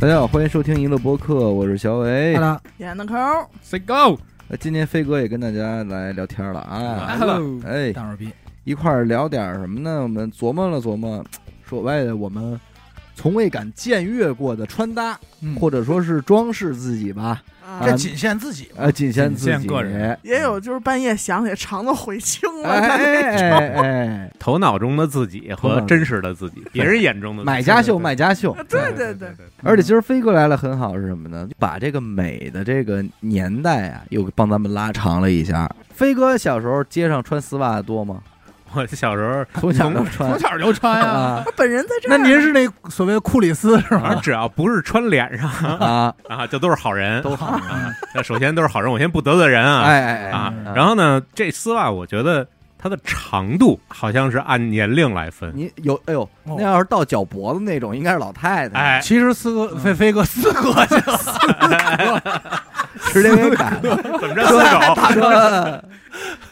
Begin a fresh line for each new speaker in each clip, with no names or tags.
大家好，欢迎收听娱乐播客，我是小伟。
好了，
演的抠儿，
Say go！
那今天飞哥也跟大家来聊天了啊，
Hello
哎，
大耳逼，
一块儿聊点什么呢？我们琢磨了琢磨，所谓的我们从未敢僭越过的穿搭，
嗯
或者说是装饰自己吧，
啊
这仅限自己嘛，
呃，仅限
仅
自
限
己。
个人
也有就是半夜想起肠子悔青 了，
哎哎哎哎，
头脑中的自己和真实的自己，别人眼中的自己
买家秀，哎卖家秀。
对
对
对，
对，
而且今儿飞哥来了很好是什么呢？把这个美的这个年代啊，又帮咱们拉长了一下。飞哥小时候街上穿丝袜的多吗？
我小时候
从小都穿
从小就穿呀。
啊
我本人在这
那
儿，
您是那所谓库里斯是
反
吧
正？只要不是穿脸上
啊，
啊，就都是好人。
都好。
那首先都是好人，我先不得罪人
哎
啊
哎哎
啊
嗯！
然后呢，这丝袜我觉得它的长度好像是按年龄来分，
你有哎呦，
哦
那要是到脚脖子那种，应该是老太太，
哎，
其实四
嗯
哥飞飞哥四 哥去了，
直接给改了。
怎么着四狗？
说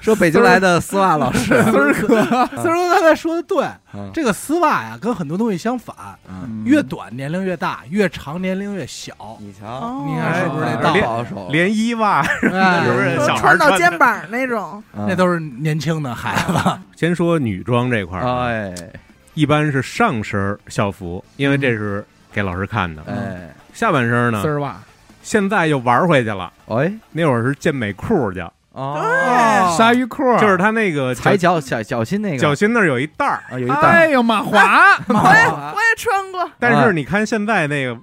说北京来的丝袜老师，
四儿哥，四儿哥刚才说的对
嗯，
这个丝袜呀跟很多东西相反，
嗯
越短年龄越大，越长年龄越小。
你瞧，
哦
你看是不是那
到
道
连
好手了？
连衣袜，
嗯
哎
是不是
都
小孩
穿
儿
到
穿的
肩膀那种，
那
那
都是年轻的孩 子，
先说女装这块儿，
哎
一般是上身校服，因为这是给老师看的。
哎
下半身呢
丝，儿袜、
现在又玩回去了。
哎
那会儿是健美裤去，
哦，
鲨鱼裤，
就是他那个
踩
脚
脚小小心那个
脚心那儿有一带儿，
啊，有一
哎
带
呦 马华，
我也
啊
我也穿过，
但是你看现在那个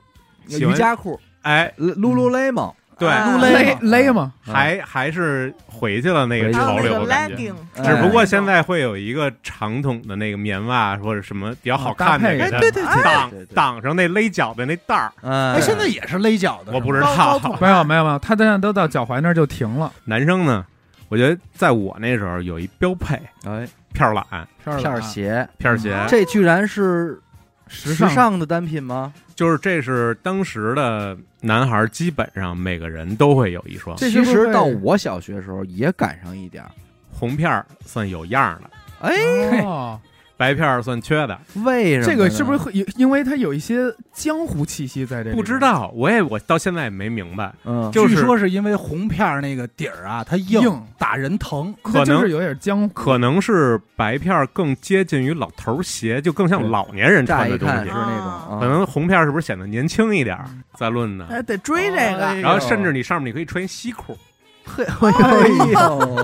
喜
瑜
欢，
伽裤
哎，
，Lululemon
对，
啊
撸勒勒嘛，
还还是回去了那个
回去了
还
潮
有
流，我
哦那个
感觉。
legging，
只不过现在会有一个长筒的那个棉袜或者什么比较好看
哦
啊
的，
搭配
给它
哎对对
对
挡
对对对
挡上那勒脚的那带儿，
哎
哎，现在也是勒脚的，
我不知
高高筒
道。
没有没有没有，他现在都到脚踝那儿就停了。
男生呢，我觉得在我那时候有一标配，
哎
片儿懒、
片
片儿
儿啊鞋，
鞋，
片儿鞋，
这居然是时
尚
尚的单品吗？
就是这是当时的男孩，基本上每个人都会有一双
这
其
是不是
实
会
到我小学时候也赶上一点儿，
红片儿，算有样儿的。
哎，
哦，
白片儿算缺的，
为什么呢
这个是不是会有？因为它有一些江湖气息在这里。
不知道，我也我到现在也没明白，
嗯
就是
据说是因为红片儿那个底儿啊，它
硬
打人疼。
它
可
就
能
是有点江湖。
可能是白片儿更接近于老头儿鞋，就更像老年人
乍
穿
一
的东
看
西
是。
啊
那种，
嗯
可能红片儿是不是显得年轻一点儿？再论呢。
哎得追这
哎
个，
然后甚至你上面你可以穿西裤，
哎
哎 嘿，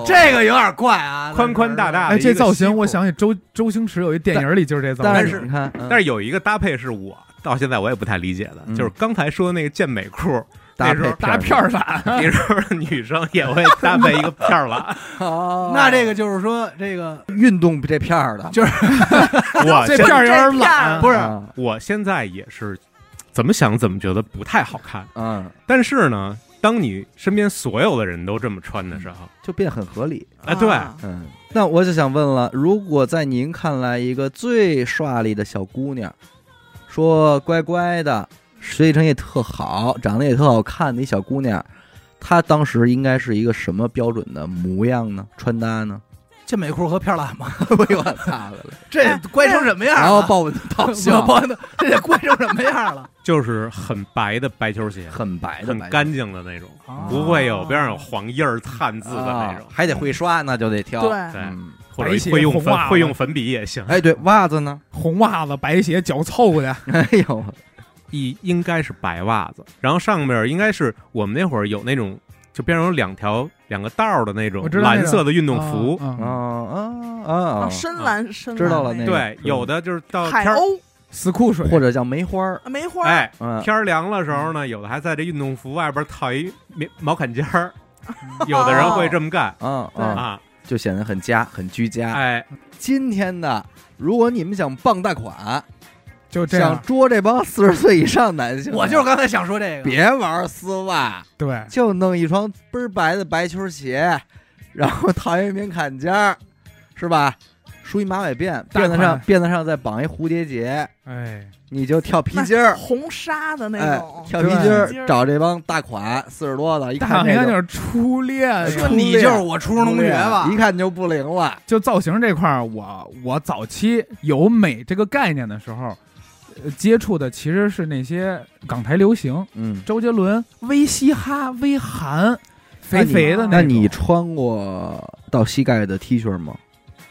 这个有点怪啊，
宽宽大大的
哎，
一个西裤。
这造型我想起周周星驰有一电影里就是这造
但
型。
但
是
是
你看，
但是有一个搭配是我到现在我也不太理解的，
嗯
就是刚才说的那个健美裤，
搭
那时
配
候
大片儿懒，
你说女生也会搭配一个片儿了。
哦
那这个就是说，这个
运动这片儿的
我
这
现
片儿
这
有点
哎片
懒
儿。
不是
啊
我现在也是怎么想怎么觉得不太好看。
嗯，
但是呢，当你身边所有的人都这么穿的时候，
就变很合理。
啊，对，
嗯，那我就想问了，如果在您看来，一个最帅丽的小姑娘，说乖乖的，学习成绩特好，长得也特好看的一小姑娘，她当时应该是一个什么标准的模样呢？穿搭呢？
健美裤和片儿哎懒嘛，
哎 呦我操 了！
这乖成什么样了？
然后 豹纹套
小
袖，
包的，这得乖成什么样了？
就是很白的白球鞋，
很白的
很
白色，
干净的那种，
啊
不会有边上有黄印儿、汗渍的那
啊
种。
还得会刷，那就得挑。
对，哦
对，
嗯，
或者
白鞋
会用
红袜
粉
子
会用粉笔也行。
哎，对，袜子呢？
红袜子、白鞋，脚凑的，
哎 呦，
一应该是白袜子，然后上面应该是我们那会儿有那种，就边上有两条两个道儿的那种
我知道那
蓝
个
色的运动服。嗯
啊
啊
啊
啊
啊
啊！
深蓝深蓝
知道了那
那
个
个
对，有的就是到
海
天儿
鸥
死裤水，
或者叫梅花儿，
啊梅花儿，
哎，
嗯，
天儿凉了时候呢，有的还在这运动服外边套一棉毛坎肩儿，有的人会这么干
啊
对
啊，
啊。
就显得很家很居
啊
家。
哎，
今天呢，如果你们想傍大款，
就这
想
样。
捉这帮四十岁以上男性，
我就是刚才想说这个，
别玩丝袜，
对，
就弄一双倍儿白的白球鞋，然后套一棉坎肩儿，是吧？梳一马尾辫，
大
辫子上
款
辫子上再绑一蝴蝶结，
哎，
你就跳皮筋儿。
红纱的那
哎
种，，
跳皮筋
对
儿找这帮大款，四十多的，一
大
看这
应该
就
就是初恋呀。
说呃你就是我初中同学吧
一？看就不灵了。
就造型这块儿，我我早期有美这个概念的时候，呃接触的其实是那些港台流行，
嗯，
周杰伦、微嘻哈、微韩，肥
那你
肥的
那
种
你穿过到膝盖的 T 恤吗？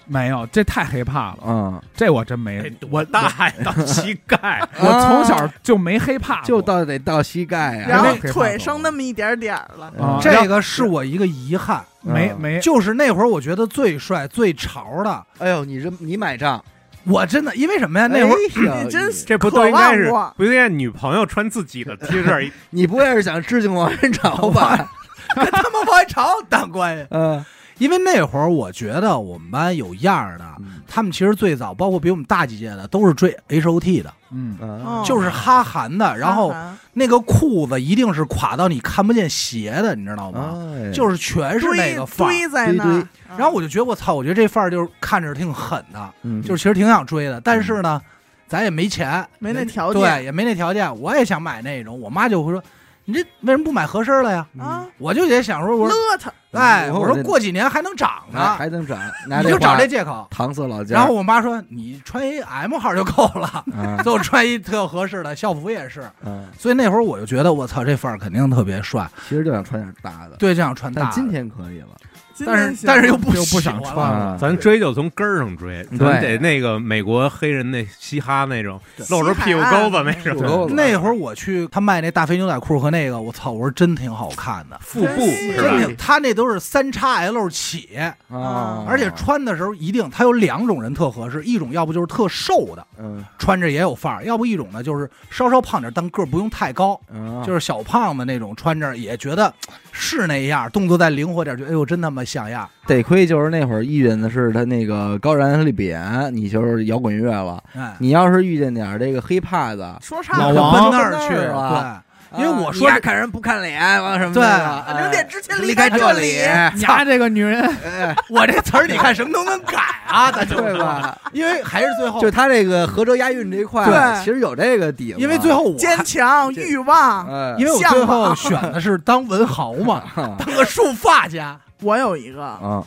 没有，这太黑怕了，
啊，
这我真没
哎，多大呀，到膝
啊
盖
我从小就没黑怕，
就到得到膝盖啊
然
呀。
后
那可以
腿
放
剩那么一点点儿了，
啊
这
这个是我一个遗憾，
没
嗯
没
就是那会儿我觉得最帅最潮的，
哎呦，你这你买账，哎
我真的因为什么呀？哎那会儿
儿
你真是
这不都应该是
渴望过
不应该女朋友穿自 己的 T 恤儿？
你不会是想致敬王仁朝 吧？
跟他妈王一潮有蛋关系。
嗯，
因为那会儿我觉得我们班有样儿的，他们其实最早包括比我们大几届的都是追 H O T 的，
嗯，
啊
就是哈韩的，然后
哦啊哈
那个裤子一定是垮到你看不见鞋的，你知道吗？
哎
哦就是全是那
堆
个范儿。
堆在那
堆
儿
堆，
嗯
然后我就觉得我操，我觉得这范儿就是看着挺狠的，
嗯
就是其实挺想追的，但是呢，咱也没钱，
没那
人
条件
对，也没那条件。我也想买那种，我妈就会说：“你这为什么不买合身的呀？”
啊，
我嗯就得想说，我说
邋遢，
哎，我
这
说过几年还能长
拿
呢，
还能长，拿
啊你就找
话
这借口。
搪塞老家。
然后我妈说：“你穿一 M 号就够了。”
啊，
所以我穿一特合适的校服也是，
嗯，
所以那会儿我就觉得我操，这范儿肯定特别帅，
其实就想穿点大的，
对，这样穿大
但
的。
今天可以了。
今
但
天
是
行
但是又不
又不想
喜欢
穿
了
啊
咱追就从根儿上追，咱
对
得那个美国黑人那嘻哈那种
对
露着屁股沟子那
屁股
种
沟子
那会儿我去他卖那大肥牛仔裤和那个，我操，我说真挺好看的，
腹部
真
是
真
吧？
挺。他那都是三叉 L 起，
啊，
而且穿的时候一定，他有两种人特合适，一种要不就是特瘦的，
嗯
穿着也有范儿；要不一种呢就是稍稍胖点，但个儿不用太高，
啊，
就是小胖子那种，穿着也觉得是那样，动作再灵活点，就哎呦真他妈像样。
得亏就是那会儿遇见的是他那个高燃利比安，你就是摇滚乐了。
哎，
你要是遇见点儿这个黑怕的，
说唱
老
奔
王
那儿去
奔那啊儿
了
了，
对，因为我说
你丫看人不看脸，完什么
对
的
反正得之前
离
开
开
这
这里
家这个女人，
哎，
我这词儿，你看什么都能改啊，咱就
对？吧？
因为还是最后
就他这个合辙押韵这一块，啊
对
其实有这个底子，
因为最后我
坚
还，
强
这
欲望。
哎，
因为我最后选的是当文豪嘛， 当个束发家。
我有一个，
啊，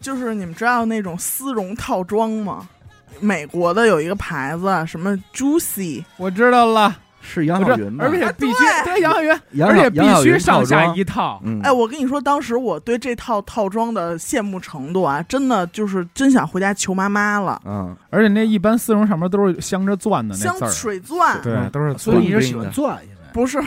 就是你们知道那种丝绒套装吗？美国的有一个牌子，啊什么 Juicy，
我知道了，
是杨
我
晓
知
云
道，
吧？
而且必须
啊
对杨晓云，
杨
而
晓
且必
杨晓
须
云
上
套
下
装
一套，
嗯，
哎，我跟你说，当时我对这套套装的羡慕程度啊，真的就是真想回家求妈妈了，
嗯，
而且那一般丝绒上面都是镶着钻的那
像
字儿，
水钻，
对，
嗯
都是
所以你
钻
是喜
钉
欢
的
钻，因为
不是，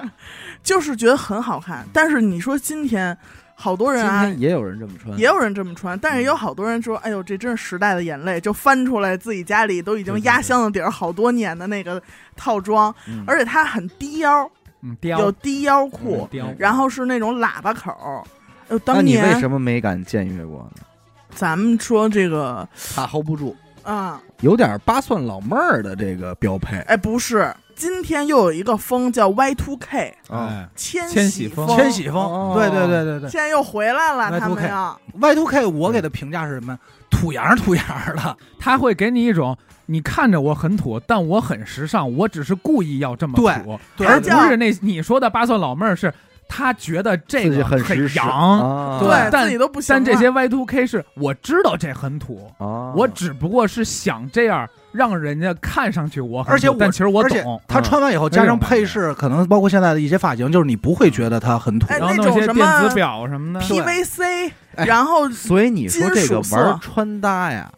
就是觉得很好看。但是你说今天好多
今
人啊，
天也有人这么穿，
也有人这么穿，但是也有好多人说：“哎呦，这真是时代的眼泪！”就翻出来自己家里都已经压箱子底儿好多年的那个套装，
嗯，
而且它很低腰，
嗯，
有
雕
低腰裤，
雕，
然后是那种喇叭口儿。呃，
那
当
你为
年
什么没敢僭越过呢？
咱们说这个
怕 hold 不住，
啊，
有点八蒜老妹儿的这个标配
哎，不是，今天又有一个风叫 Y two K
啊，
哎，
千
千
禧
禧风
千禧风
哦，
对对对对对。
现在又回来了，他
Y2K
们要
Y two K 我给的评价是什么呀？土洋儿土洋儿的，
他会给你一种。你看着我很土，但我很时尚，我只是故意要这么
对
土，
对
而
叫
不是那你说的八蒜老妹儿是，她觉得这
自己
个
很时尚
洋，
啊
对
对
但
自己都不行啊
但
了。
这些 Y two K 是我知道这很土，
啊，
我只不过是想这样让人家看上去我很土，
而且我
但其实我
而且
懂，
他穿完以后加上配饰，可能包括现在的一些发型，就是你不会觉得他很土。
哎
然后弄一些电子表什么的，
PVC，
哎
然后
所以你说这个
金属色
玩穿搭呀，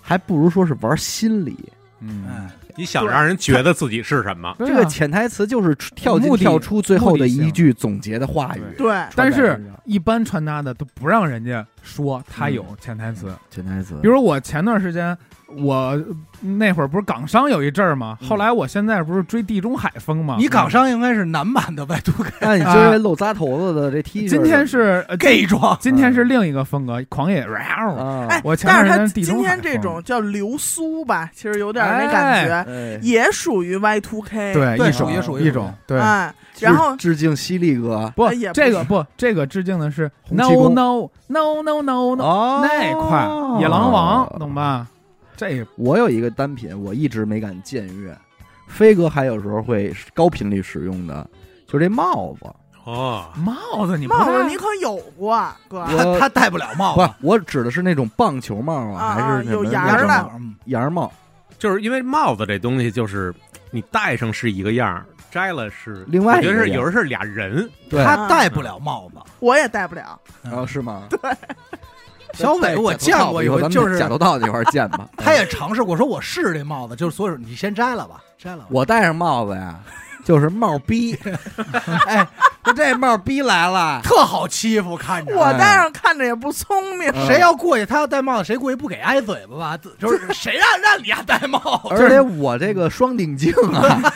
还不如说是玩心理。
嗯，啊
哎，
你想让人觉得自己是什么？
这个潜台词就是跳进
目的
跳出最后的
目的性
一句总结的话语。
对
对，
穿
但
在
是
身上
一般穿搭的都不让人家说他有潜台词。
潜台词，
比如我前段时间，我那会儿不是港商有一阵儿吗？
嗯
后来我现在不是追地中海风嗯吗？
你港商应该是男版的 Y two
那你今
啊
儿露扎头子的这 T 恤，
今天是呃
K 装，
今天是另一个风格，狂野。哦
啊，
哎，
我前
但
段
是他
时间地
今
中海
天这
风
种叫流苏吧，其实有点那感觉，
哎
也属于 Y two K。，
对
对
一种
属于属于
一种对。
哎，然后
致致敬犀利哥
不
哎也，不
这
是
个不，这个致敬的是
洪
no
七公
no no no no no
哦
那块野狼王，懂？吧？这
我有一个单品，我一直没敢僭越。飞哥还有时候会高频率使用的，就这帽子。
哦，
帽子你不
帽
戴
子你可有过，啊哥，
他
我
他戴不了帽
不
子，，啊
我指的是那种棒球帽
啊
还
啊
是
有
什么
檐
鸭
儿
舌
的啊
帽嗯
檐儿帽？
就是因为帽子这东西，就是你戴上是一个样儿，摘了是
另外
我觉
一
得
个
是
样
有人是俩人，
对，然
嗯
他戴不了帽子。
我也戴不了。
后是吗？
小伟，我见过一
以后
回，
咱们
就是。
假头套那块儿见吧
他也尝试过，说我试这帽子，就是所有你先摘了吧，摘了吧。
我戴上帽子呀，就是帽逼。哎，我这帽逼来 了，
特好欺负，看着
我戴上看着也不聪明，
嗯
谁要过去，他要戴帽子，谁过去不给挨嘴巴吧？自就是 谁让让你丫戴帽子？
而且我这个双顶镜啊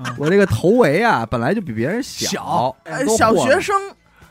嗯，
我这个头围啊，本来就比别人
小
呃
哎都
小
过
学
了
生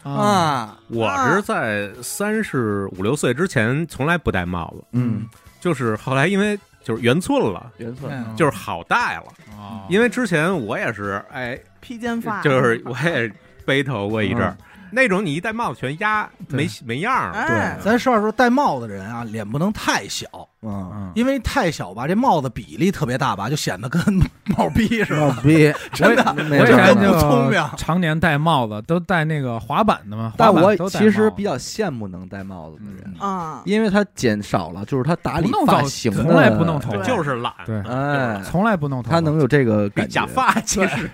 啊，
啊，
我
啊
是在三十五六岁之前从来不戴帽子，
嗯，
就是后来因为就是圆寸了，
原寸
嗯
就是好戴了。
哦
因为之前我也是，哎，
披肩发，
就是我也背头过一阵儿，
嗯
那种你一戴帽子全压没没样儿了。
哎，
咱说说戴帽子的人啊，脸不能太小，
嗯，
嗯
因为太小吧，这帽子比例特别大吧，就显得跟 帽逼似
帽
的。
逼，
真的
我也
我
没
以
事儿
前
不
呢
就
聪明
常年戴帽子，都戴那个滑板的嘛。
啊但
滑板
我
都戴
其实
帽子
比较羡慕能戴帽子的人
嗯，
啊，
因为他减少了，就是他打
不
理
弄
发
头
型的，
从来不弄头发，
对
就是懒，
对，
哎，
从来不弄头发。
他能有这个
比
感觉
假，发其实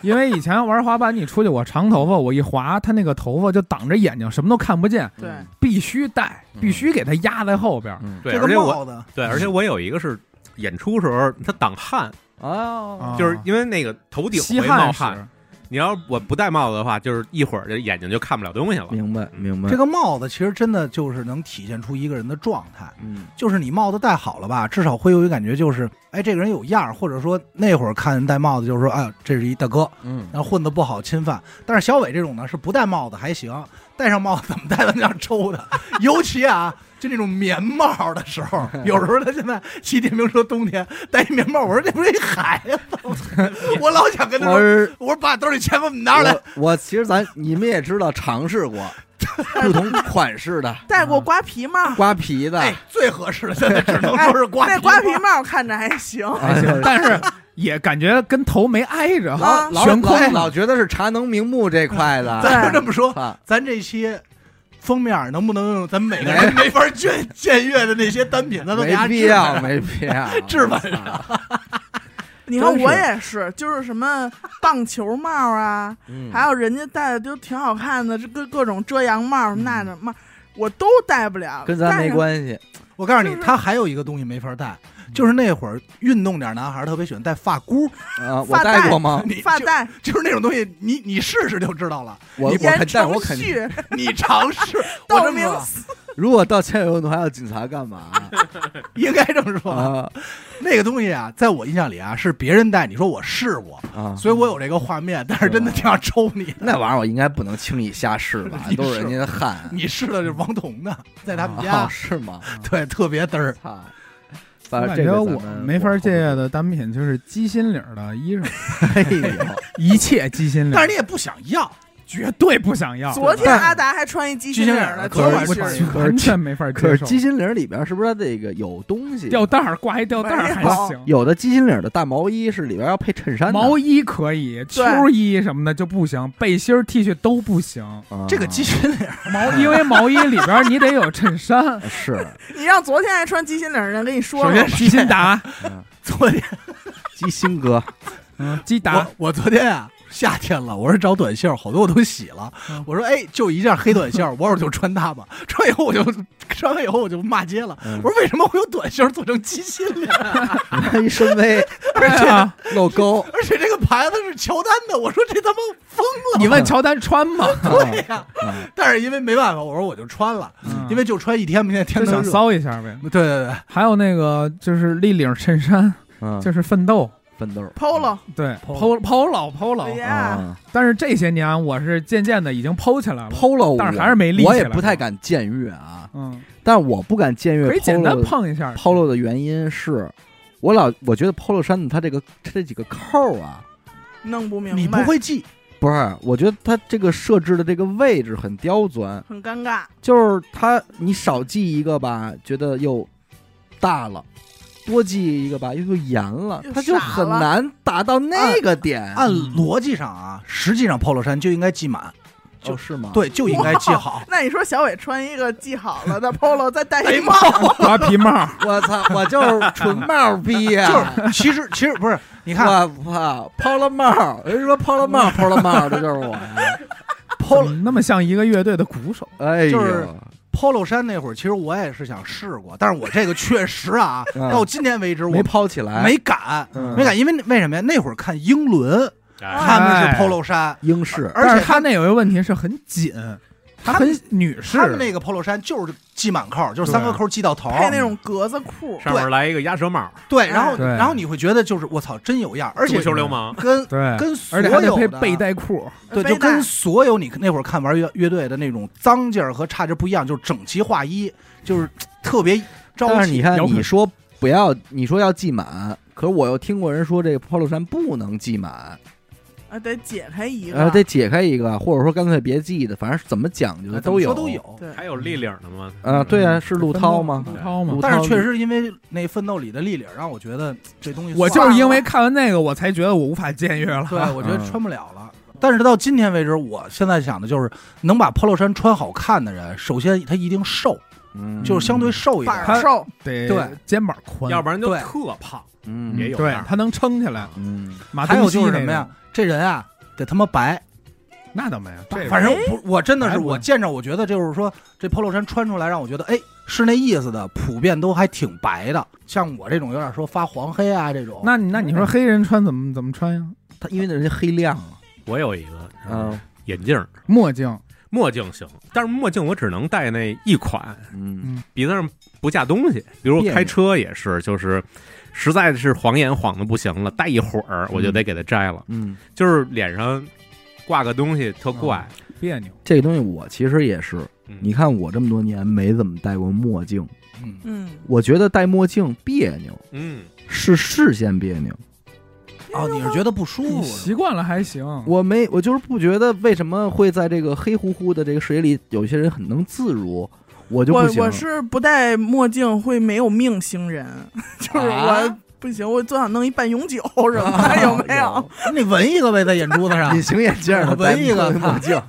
因为以前玩滑板，你出去我长头发，我一滑，他那个头发就挡着眼睛，什么都看不见，
对，
必须戴，必须给他压在后边。
嗯
对，
这
而
个
且我
帽子
对，而且我有一个是演出时候它挡汗，
哦，
啊
嗯就是因为那个头顶
吸
会冒
汗
汗。
时，
你要是我不戴帽子的话，就是一会儿这眼睛就看不了东西了。
明白明白，
这个帽子其实真的就是能体现出一个人的状态，
嗯
就是你帽子戴好了吧，至少会有一感觉，就是哎，这个人有样儿，或者说那会儿看人戴帽子，就是说啊，这是一大哥，
嗯，
然后混的不好侵犯。但是小伟这种呢，是不戴帽子还行，戴上帽子怎么戴都那样抽的，尤其啊。 就那种棉帽的 时候，有时候他现在骑电瓶车，冬天戴一棉帽，我说这不是一孩子 吗，我老想跟他
我
说，
是。
我说把兜里钱给我们拿出来，
我我其实咱你们也知道，尝试过不同款式的
戴过瓜皮帽，
瓜皮的，
哎，最合适的现在只能说是瓜
那瓜皮帽看着还行，
哎呦
但是也感觉跟头没挨着，
老老
悬空
老老觉得是茶能明目这块的，
咱就这么说，
啊，
咱这期封面能不能用咱每个人没法检 检阅的那些单品，咱都给
没
它
必
制
要，没必要，
置办
上，
你看
真是
我也是，就是什么棒球帽啊，
嗯
还有人家戴的都挺好看的，这各各种遮阳帽什么那的帽，我都戴不了。
跟咱
戴
没
上
关系，
我告诉你
就，是
他还有一个东西没法戴，就是那会儿运动点男孩特别喜欢戴发箍，
啊，我
发带
戴过吗？
你
发
就
带、
就是那种东西，你你试试就知道 了，
我我
言
肯但我
承
肯定，
旭、
你尝 试。我
道
这么
明
说，
寺，
如果到歉游，你还要警察干 嘛
啊应该这么说。
啊
那个东西啊，在我印象里啊，是别人戴，你说我试过，
啊？
所以我有这个画面，但是真的挺想抽你的。
那玩意儿我应该不能轻易瞎试吧
你？
都是人家的汗，
你试的是王彤的，在他们
啊
家，
是 吗？
对，特别嘚儿。
操！
我
反正
感
这
觉
个
我
咱们
没法借
后
的单品就是鸡心领的衣 裳，
哎呦，
一切鸡心领，
但是你也不想要，
绝对不想要。
昨天
但
阿达还穿一鸡
鸡
心
心
领
领
呢，
的
昨晚
我
可
是
是
完全没法
可
接
是
受。
鸡心领里边是不是它这个有东西？
吊带儿挂一吊带儿还行，
有的鸡心领的大毛衣是里边要配衬衫的，
毛衣可以，秋衣什么的就不行，背心儿、T 恤都不行。
啊。
这个鸡心领
毛因为毛衣里边儿你得有衬衫
啊是
你让昨天还穿鸡心领的人跟你说
首
了
先
吧，
是
鸡心达，
昨天
鸡心哥，
嗯，鸡达
我我昨天啊夏天了，我是找短袖，好多我都洗了
嗯。
我说哎，就一件黑短袖，我说我就穿它吧。穿以后我就穿完以后我就骂街了。
嗯
我说为什么会有短袖做成鸡心领？
一身威
对啊，
露沟，
而且这个牌子是乔丹的，我说这他妈疯了。
你问乔丹穿吗？
对
呀
啊
但是因为没办法，我说我就穿了，
嗯
嗯
因为就穿一天嘛，现在天
就
特
想
热。
骚一下呗。
对对对，
还有那个就是立领衬衫，
嗯，
就是奋斗，
奋斗
polo，
对
Polo
，polo polo
哎
polo。
呀，
啊
但是这些年我是渐渐的已经剖起来了，
，polo，
但是还是没立起来
我也不太敢僭越啊，
嗯，
但我不敢僭越
可以简单
polo 的
碰一下
polo 的原因是。我老我觉得 polo 衫子它这个它这几个扣儿啊，
弄不明白，
你不会系，
不是，我觉得它这个设置的这个位置很刁钻，
很尴尬，
就是它你少系一个吧，觉得又大了；多系一个吧，又又严了
又，
它就
傻
很
了
难达到那个点。
按逻辑上啊，实际上 polo 衫就应该系满，
哦，是吗？，
对，就应该系好。
那你说小伟穿一个系好了的 polo，再戴一帽，
瓜皮帽，
我操，我就是纯帽逼呀、
就是其实其实不是，你
你
看啊
我操，抛了帽，人说抛了帽，抛了帽，这就是我呀。
怎
polo
么那么像一个乐队的鼓手？
哎呦，
就是 polo 衫那会儿，其实我也是想试过，但是我这个确实啊，
嗯
到今天为止我
没抛起来，
没敢，
嗯
没敢，因为那为什么呀？那会儿看英伦，
哎
他们
哎
是 polo 衫，
英式，
而
但
且
是他那有一个问题是很紧，他
他们
很女士
他，们那个 polo 衫就是系满扣，就是三个扣系到头，
配那种格子裤，
上面来一个鸭舌帽，
对，然后
对
然后你会觉得就是我操，真有样儿，而且
足球流氓，
跟
对，
跟所
而且还得
有
配
的
背带裤，
对，
呃背
就跟
带
所有你那会儿看玩乐乐队的那种脏劲儿和差劲儿不一样，就是整齐划一，就是特别朝气。
但是你看
摇，滚
你说不要，你说要系满，可是我又听过人说这个 polo 衫不能系满，
啊，得解开一个，
呃，得解开一个，或者说干脆别系的，反正怎么讲究的
哎怎么
有
说都。有，嗯
对，
还有立领的吗？嗯
啊，对啊，是陆涛吗？
陆涛
陆
吗？
但
涛
是确实因为那《奋斗》里的丽丽，让我觉得这东西
我
算
就
了
是因为看完那个，我才觉得我无法僭越了。
对，我觉得
嗯
穿不了了。但是到今天为止，我现在想的就是，能把 polo 衫穿好看的人，首先他一定瘦，
嗯
就是相对瘦一
板
点。
儿瘦，
得
对
肩膀宽，
要不然就
对
特胖，
嗯
也有
对
样儿
他能撑起来。
嗯，
马
还有
啊东锡
就是什么
那种
呀？？这人啊，得他妈白。
那倒没有，这个哎
反正不，我真的是
白不
我见着，我觉得就是说，这 polo 衫穿出来让我觉得，哎，是那意思的，普遍都还挺白的。像我这种有点说发黄黑啊这种，
那你那你说黑人穿怎么怎么穿呀？
他因为人家黑亮啊，
我有一个，
嗯
眼镜儿，
墨镜，
墨镜行，但是墨镜我只能戴那一款，
嗯
鼻子上不架东西。比如我开车也是，就是实在是晃眼晃的不行了，戴一会儿我就得给它摘了，
嗯，
就是脸上挂个东西特怪。
别扭。
这个东西我其实也是，
嗯
你看我这么多年没怎么戴过墨镜，
嗯，
嗯，
我觉得戴墨镜别扭，
嗯，
是视线别扭。
哦，你是觉得不舒服
你
是吧？
习惯了还行，
我没，我就是不觉得为什么会在这个黑乎乎的这个视野里，有些人很能自如，我就不
我
行。
我是不戴墨镜会没有命星人， 就是我
啊
不行，我最好弄一半永久什 么的，有没有？
你纹一个呗，在眼珠子上
隐。形眼镜儿，
纹一个
戴墨镜，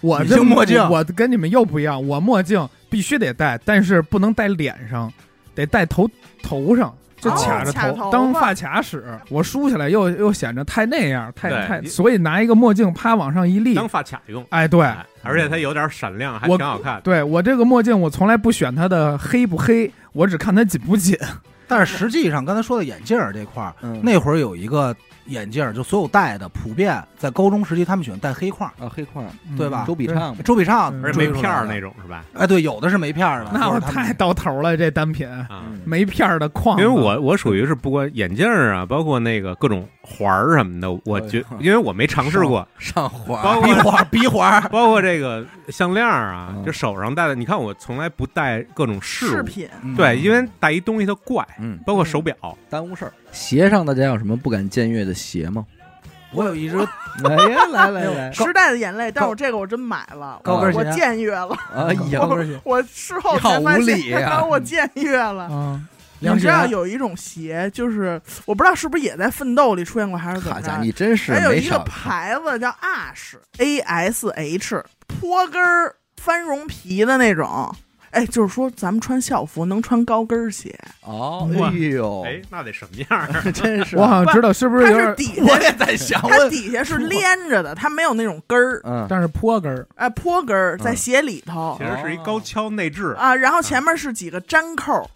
我
你
这
就墨镜
我跟你们又不一样，我墨镜必须得戴，但是不能戴脸上，得戴头头上。就
哦
卡着
卡
头、
头
当
发
发卡使，我梳起来又又显着太那样，
对
太太，
你
所以拿一个墨镜啪往上一立，
当发卡用，
哎，对
哎而且它有点闪亮，还
我
挺好看的。
对，我这个墨镜我从来不选它的黑不黑，我只看它紧不紧。
但是实际上，刚才说的眼镜儿这块儿，
嗯
那会儿有一个眼镜儿，就所有戴的普遍在高中时期，他们喜欢戴黑框儿，
啊黑框儿，
对吧
周笔畅嘛，
周笔畅
而且没片儿那种是吧？
哎，对，有的是没片儿的，
那
或
我
者他们
太到头了，这单品
啊，
嗯
没片儿的框
因
子，
为我我属于是不管眼镜儿啊，包括那个各种环儿什么的，我觉
哎呀
因为我没尝试过，
上环
包
儿，
鼻
括
环儿鼻环儿，
包括这个项链儿啊
嗯，
这手上戴的，你看我从来不戴各种饰
饰
物，
品，
嗯
对，因为戴一东西它怪，
嗯，
包括手表，
耽误事儿。鞋上大家有什么不敢僭越的鞋吗？
我有一只
来呀，来来 来，
时代的眼泪，但
高
我这个我真买了，
高
跟
我
鞋
僭越了，
哎呀
高，跟鞋，
我事后
你好
才发
无
现
理啊嗯呀
我僭越了。
啊，
凉
你知
鞋
道有一种鞋，就是我不知道是不是也在《奋斗》里出现过，还是怎
好
么
家
着
伙，？你真是
还有
没
一个
少
牌子叫 Ash A S H，坡跟儿翻绒皮的那种。哎，就是说咱们穿校服能穿高跟儿鞋，
哦，
哇
哎呦，哎
哎，那得什么样儿？
真是
我好像知道是不
它
是有
是
点，
底
我
下
也在想，我
它底下是连着的，它没有那种跟儿，
嗯，
但是坡跟儿，
哎，坡跟儿在
嗯
鞋里头
其。实是一高跷内置，
哦啊，
嗯
然后前面是几个粘扣，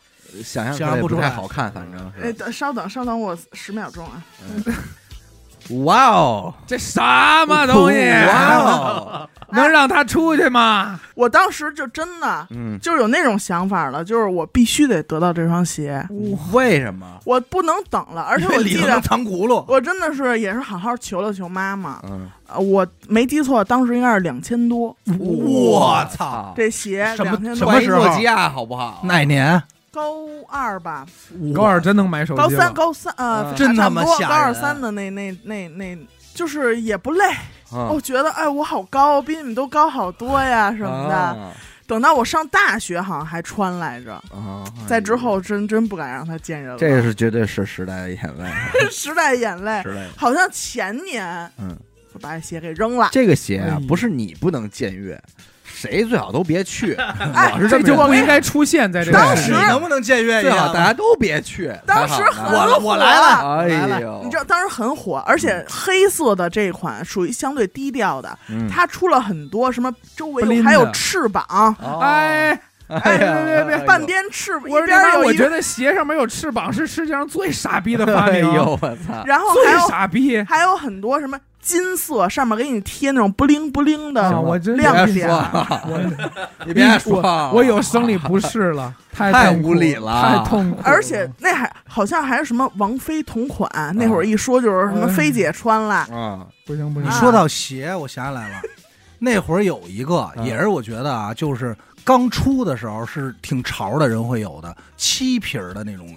想象出
想象
来不
不出
太
来
好看，反正
哎，
是。
等稍等，稍等我十秒钟啊！
哇哦，
这什么东西？
哇哦，
能让他出去吗？
我当时就真的
嗯，
就有那种想法了，就是我必须得得到这双鞋，
为什么？
我不能等了。而且
因
我
为里
记
头
得
能藏轱辘，
我真的是也是好好求了求妈妈，
嗯，
呃，我没记错，当时应该是两千多，
我操，
这鞋
什么
两千
什
多
么，
换一
时候
诺基亚好不好？
哪年？
高二吧，
高二真能买手机
高
了
三，高三，呃，
嗯
真
差
他
不
妈
多
吓
高二
人
三的那那那那，就是也不累，我
哦，
觉得哎，我好高，比你们都高好多呀什么的。等到我上大学，好像还穿来着。
的啊，
在之后真真不敢让他见人了，
这是绝对是时代的眼泪，
时代眼泪。
时代的
好像前年，
嗯，
把鞋给扔了。
这个鞋啊
哎呦
不是你不能僭越，谁最好都别去。
哎
我是
这
么
就
认
不
为
应该出现在这个
当
世
时
界
你能不能僭越一
最
下
好大
吧？
家都别去。
当时
才好呢
很
我我来了
火
哎呦，
你知道当时很火，而且黑色的这款属于相对低调的，
嗯
它出了很多什么周围有
Blind
还有翅膀，
哦
哎，
哎呀，
别别别
半边翅膀
我
一
说
边
这
有
我
一
觉
个，
得鞋上面有翅膀是世界上最傻逼的发
哎
明，啊
呦，我操！
然后还
最
有
傻逼。
还有很多什么金色，上面给你贴那种不灵不灵
啊，
的。
我真
别
亮亮
说
点
了，
我
你别说了，
我有生理不适 了，太
太
痛苦
无理了
太痛苦了。
而且那还好像还是什么王菲同款，那
啊
会儿一说就是
哎
什么
嗯
菲姐穿了，
啊，
不行不行，
你说到鞋，我想起来了，那会儿有一个也是我觉得啊，就是刚出的时候是挺潮的人会有的漆皮儿的那种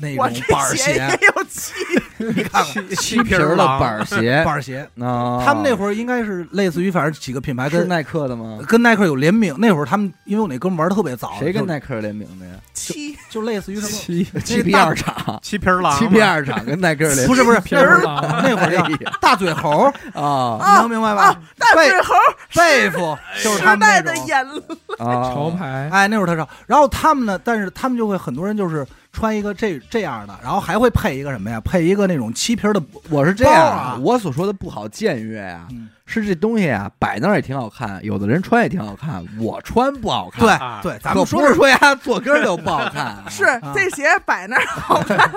那
我
种
这
板儿
鞋
鞋
也，有 漆，
你看看
漆皮儿的板儿鞋
板，儿鞋，
啊，
他们那会儿应该是类似于反正几个品牌
是
跟
耐克的吗？
跟耐克有联名，那会儿他们因为我那哥们玩的特别早，
谁跟
就
耐克联名的呀？
漆
就类似于什么
七
七 P 二厂，
七皮儿狼嘛，啊
七 P 二厂跟耐克 联名，哎
不是不是
皮儿了，
那会儿叫大嘴猴，
啊
你能明白吧
啊？，大
贝
嘴猴
贝服就是他
时
们
代
那
的
种。
眼泪，
啊，
潮牌，
哎，那会儿他上，然后他们呢，但是他们就会很多人就是穿一个这这样的，然后还会配一个什么呀？配一个那种漆皮儿的，
我是这样
包
啊
啊，
我所说的不好僭越啊，
嗯
是这东西啊摆那儿也挺好看，有的人穿也挺好看，我穿不好看，
对
啊
对，咱
可不是
们说是
说呀坐根儿就不好看啊，
是这鞋摆 那儿好看，
啊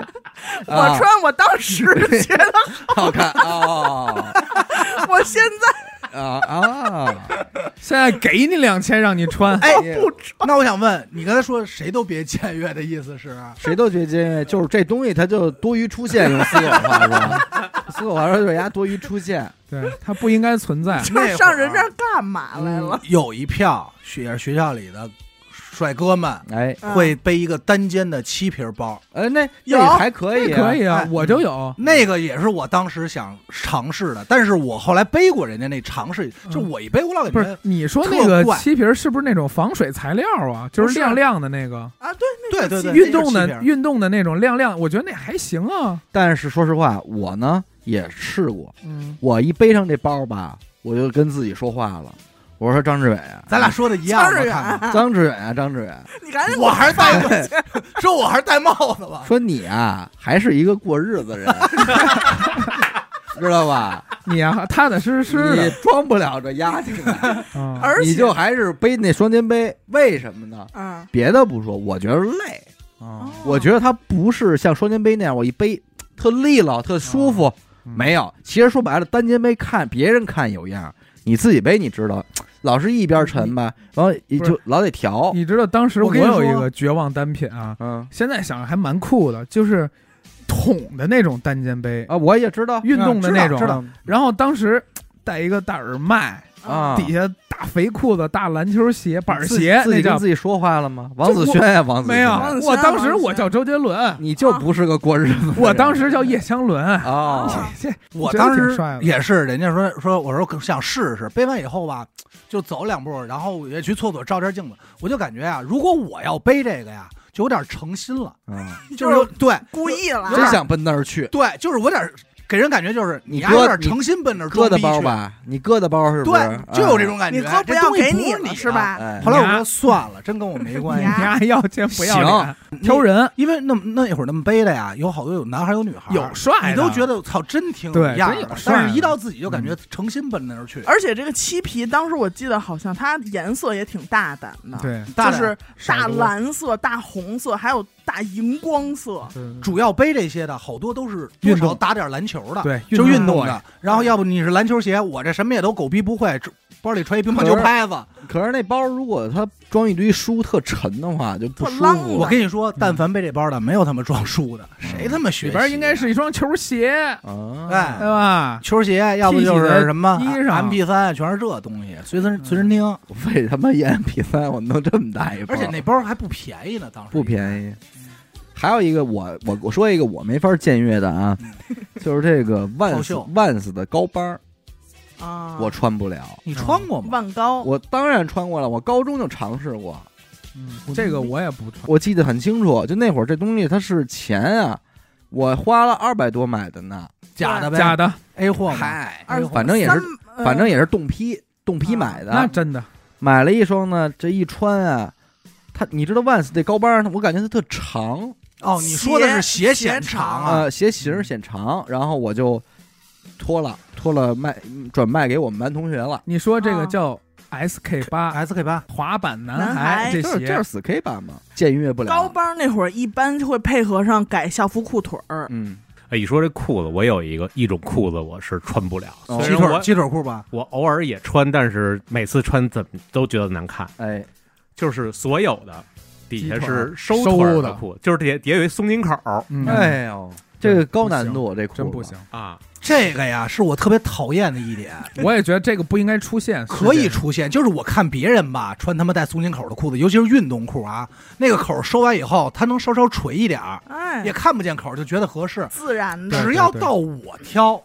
我穿我当时觉得
好看哦
我现在
啊啊，
现在给你两千让你穿，
哎，
不
那我想问你刚才说谁都别僭越的意思是？啊
谁都觉得僭越，就是这东西它就多余出现，用死狗话说，死狗话说就是人家多余出现，
对，它不应该存在。
那会儿啊
就
嗯
上人这儿干嘛来了？
有一票学也是学校里的帅哥们
哎
啊
会背一个单肩的漆皮儿包，
呃那
有
那还可以啊
可以啊
哎，
我就有，
那个也是我当时想尝试的，但是我后来背过人家那尝试，
嗯
就我一背我老感
不是
觉，
你说那
哎特
个
怪
漆皮儿是不是那种防水材料啊？就
不
是
是
亮亮的那个，
啊，对，那
对
个
对对
漆
运动
那个
的
漆皮儿
运动的那种亮亮，我觉得那还行啊。
但是说实话，我呢也试过，
嗯，
我一背上这包吧，我就跟自己说话了，我说张志伟啊，
咱俩说的一样
当
吧，
然
看看
张志远啊，张志远，
你赶紧
我还是戴个，说我还是戴帽子吧。
说你啊，还是一个过日子人，知道吧？
你啊，踏踏实实
你啊
的，
装不了这丫进来，
嗯
而且
你就还是背那双肩背，为什么呢？
嗯，
别的不说，我觉得累，
哦
啊，
我觉得它不是像双肩背那样，我一背特利落、特舒服。
嗯
没有，其实说白了，单肩背看别人看有样，你自己背你知道，老是一边沉吧，然后你
不
就老得调。
你知道当时
我跟你
有
说
一个绝望单品啊，
嗯
现在想还蛮酷的，就是桶的那种单肩背，
啊，我也知道
运动的那
知
种。
道
然后当时戴一个大耳麦，
啊，
底下大肥裤子、大篮球鞋、板
自己
鞋，
自
那
己
叫
跟自己说话了吗？王子
我
轩呀，王子
没有
轩
子。轩
我当时
王子
我
轩
叫周杰伦，
你就不是个过日子的人。
我当时叫叶湘伦。
啊
啊，
这
我
真的
当
挺
时
帅的
也是，人家说说，我说想试试，背完以后吧，就走两步，然后也去厕所照照镜子，我就感觉啊，如果我要背这个呀，就有点诚心了，
啊，
就是有对
故意了，啊
真想奔那儿去。
对，就是我有点给人感觉就是
你
还有
哥
点
你
诚心奔那儿
疙
装
瘩
逼
包
去，
吧，你疙瘩包是不是？哎
对，就有这种感觉。
你哥不要
这
给你
东西不
了
你啊
是吧？啊
哎。哎
后来我说算了，真跟我没关
哎你
系。
丫要钱不要
行
脸，挑人
因为那那会儿那么背的呀，有好多有男孩有女孩，
有帅的，
你都觉得操真挺
对
样
真有
儿的，
帅
但
的嗯
是一到自己就感觉诚心奔那儿去，
而且这个漆皮，当时我记得好像它颜色也挺大胆的，，
对
大
就
胆
是大
闪光
蓝色、大红色，还有大荧光色。
对
主要背这些的好多都是
运
多
动
少打点篮球的，
对
就是
运
运
动
动的。然后要不你是篮球鞋，我这什么也都狗逼不会，只包里揣一乒乓球拍子。
可是那包如果它装一堆书特沉的话，就不舒
特浪
服。
的
我跟你说，但凡背这包的，没有他妈装书的，谁他妈学
嗯里
习
边应该是一双球鞋，
啊，
哎
对吧？
球鞋，要不就是什么
踢起的衣裳嗯
MP 三，啊全是这东西，随身随身听。
我为他妈一 MP 三，我弄这么大一包，
而且那包还不便宜呢，当时
不便宜。还有一个我我我说一个我没法僭越的啊，就是这个万
好
斯
秀
万斯的高帮儿，
啊，
我穿不了。
你穿过吗？
万高，
我当然穿过了，我高中就尝试过，
嗯这个我也不穿，
我记得很清楚。就那会儿这东西它是钱啊，我花了二百多买的呢，
假的呗，
假的，
A 货嘛，
嗨，
二
反正也是，
三
反正也是冻批，冻批
啊
买
那
的，
真的
买了一双呢，这一穿啊，它你知道 Vans 这高帮儿，我感觉它特长，
哦，你说的是鞋显长啊，
呃，鞋型儿显长，然后我就脱了，脱了卖转卖给我们班同学了。
你说这个
啊
叫 SK 八
啊 S K 八，
滑板男
男
孩
孩
这
就是就
鞋
是，死 K 版嘛，见音乐不
呃高
了。
帮那会儿一般就会配合上改校服裤腿儿，
嗯，
哎，一说这裤子，我有一个一种裤子我是穿不了，
哦
虽
鸡
然
腿
我
鸡腿裤吧，
我偶尔也穿，但是每次穿怎么都觉得难看。
哎，
就是所有的底下
鸡腿
是
儿
收腿儿
收
的
的
裤，就是底下底下有一松紧口儿
嗯，
哎呦，这个高难度，这裤子
真不行。。
啊，
这个呀是我特别讨厌的一点，
我也觉得这个不应该出现，
可以
是这样
出现，就是我看别人吧，穿他妈带松紧口的裤子，尤其是运动裤啊，那个口收完以后，它能稍稍垂一点儿，
哎
也，看不见口，就觉得合适。
自然
对
的
只要到我挑，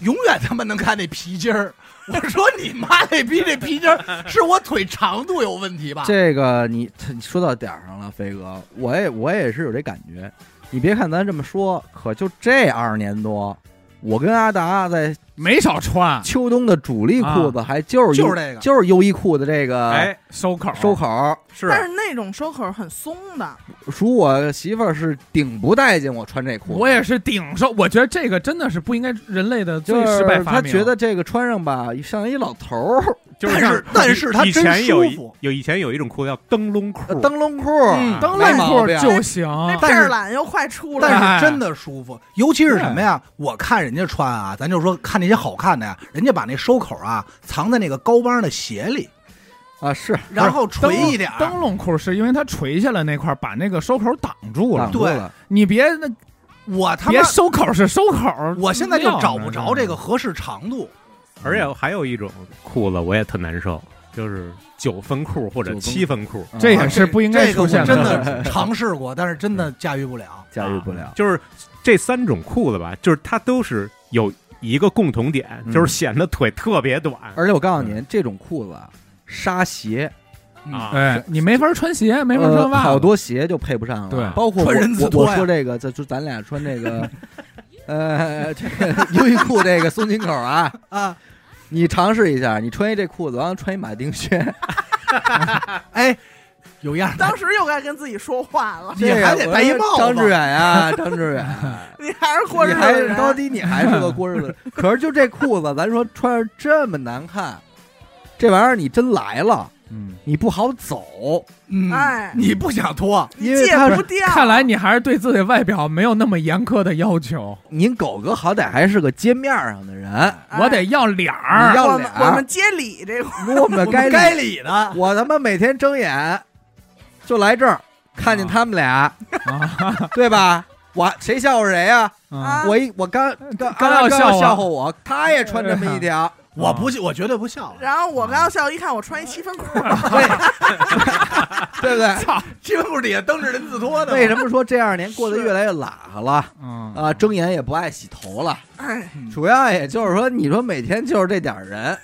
永远他妈能看那皮筋儿。我说你妈那逼，这皮筋儿是我腿长度有问题吧？
这个你你说到点儿上了，飞哥，我也我也是有这感觉。你别看咱这么说，可就这二年多，我跟阿达在
没少穿
秋冬的主力裤子还就是
就是
优
这个
就是优衣库的这个
哎，
收口
收口儿，
是
但是那种收口很松的，
属我媳妇儿是顶不待见我穿这裤子。
我也是顶受，我觉得这个真的是不应该，人类的最
就
失败
是
发
他
明。
觉得这个穿上吧，像一老头儿，
就是
但
像
是但是它
以
真
前有一
舒服
有以前有一种裤子叫灯笼裤，
呃灯笼裤，
嗯
灯
没
笼
毛
裤
病
就行，
那
但是
片儿懒又快出来了。
但是真的舒服，尤其是什么呀？我看人家穿啊，咱就说看那些好看的呀，人家把那收口啊藏在那个高帮的鞋里，
啊，是
然后垂一点儿。
灯笼裤是因为它垂下来那块儿把那个收口挡住了
挡，住了，啊
你别那
我他妈
别，收口是收口，
我现在就
尿呢
找不着这个。合适长度。
而且还有一种裤子我也特难受，就是九分裤或者
九分裤
七分裤，
嗯
这也是
这
不应该
这个
出
我
现
真
的
的尝试过，但是真的驾驭不了。
驾驭不了。
啊就是这三种裤子吧，就是它都是有一个共同点，
嗯
就是显得腿特别短
而且我告诉您，这种裤子啊，纱鞋，
啊。
哎，你没法穿鞋，没法穿袜
呃
子，
好多鞋就配不上了。
对
包括我
穿人字
我
拖
我
呀
说这个，就就咱俩穿这个， 呃，这个优衣库这个松紧口啊，
啊！
你尝试一下，你穿一这裤子，完了穿一马丁靴，
哎，有样儿的
当时又该跟自己说话了，
你还得戴一帽子
张志远啊，张志 远，
你还是过日
你
子
还
的
是
人
高低，你还是个过日子。可是就这裤子，咱说穿着这么难看，这玩意儿你真来了，
嗯，
你不好走，
嗯，
哎
你不想脱，
因为
戒
他
不掉。
看来你还是对自己外表没有那么严苛的要求，
您狗哥好歹还是个街面上的人，
哎
我得要脸
你
儿。
要
我
脸
们
儿
我们接礼这块儿，
我
我
们
们
该
该理
啊
的。
我他妈每天睁眼就来这儿，看见他们俩， 对吧？我谁笑话谁啊？
啊
啊
我一我刚刚
刚要
刚
笑
要
我
笑话我，他也穿这么一条，
我不，我绝对不笑了。
然后我刚笑一看，我穿一七分裤，
对不对？
操，西门口底下蹬着人字拖呢。
为什么说这二年过得越来越喇哈了
嗯
啊？睁眼也不爱洗头了，
哎，
主要也就是说，你说每天就是这点儿人，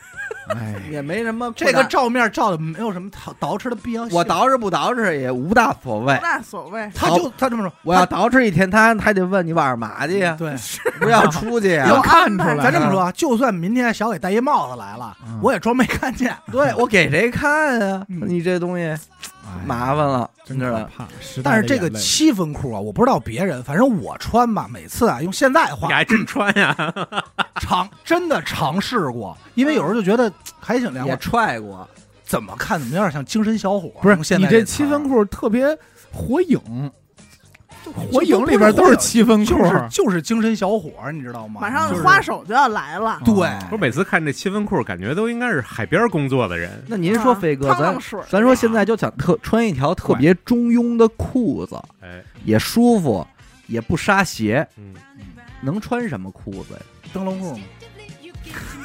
哎，
也没什么
这个
正，
照面照的没有什么捯捯饬的必要性？
我捯饬不捯饬也无大所谓。
那所谓。
他就他这么说，
我要捯饬一天，他还得问你晚上嘛去
他
呀？
嗯对，
不是要出去
能
呀？
哎看出
安
来。
排
咱这么说，啊，就算明天小伟戴一帽子来了
嗯，
我也装没看见。
对我给谁看啊？
嗯
你这东西
哎，
麻烦了，
真
你知
可
道吧？
怕。时代
但
的
是这个
眼泪
七分裤啊，我不知道别人，反正我穿吧，每次啊，用现在
你
话
还真穿呀？
尝真的尝试过，因为有时候就觉得嘖还挺凉
也
快，
踹过，
怎么看怎么有点像精神小伙。
不是
用现
你
在
这
词啊
七
儿
分裤特别火影，
就
火影
不
里边
是
都
火
是
影
七分裤
就。是就是精神小伙儿，你知道吗？
马上
就是
花手就要来了，
对
啊
我每次看这七分裤，感觉都应该是海边工作的人。
那您说
啊
飞哥，
趟
咱
趟水
咱说现在就想特穿一条特别中庸的裤子，
哎，
也舒服，也不杀鞋，
嗯，
能穿什么裤子呀？
灯笼裤嘛，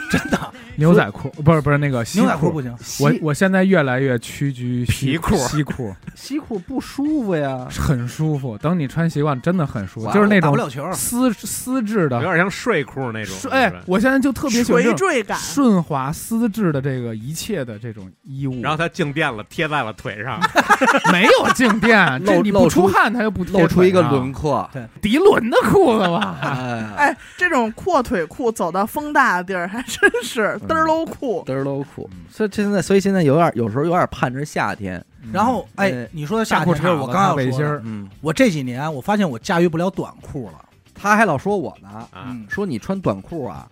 真的，
牛仔裤不是不是那个西
牛仔裤不行，
我
西
我现在越来越屈居西
皮裤
西裤
西裤不舒服呀，
很舒服。等你穿习惯，真的很舒服，
哇
就是那
打
种
不了球。
丝丝质
有
的。
点像睡裤那种。
顺哎
是吧，
我现在就特别喜欢这
垂
种
坠感，
顺滑丝质的这个一切的这种衣物。
然后它静电了，贴在了腿上。
没有静电，
露
这你
露
不
出
出汗它就不贴
露出一个
腿上啊
轮廓。
涤纶的裤子吧。
哎，
哎，这种阔腿裤走到风大的地儿，还 真是嘚儿喽裤。
嘚儿喽裤，所以现在，所以现在有点，有时候有点盼着夏天。
然后哎
对，
你说
大
夏
嗯裤
天，就是
衩
我
子
刚要
大背
说
心
的，
儿，
嗯，
我这几年我发现我驾驭不了短裤了。
他还老说我呢，
啊，
嗯，
说你穿短裤啊，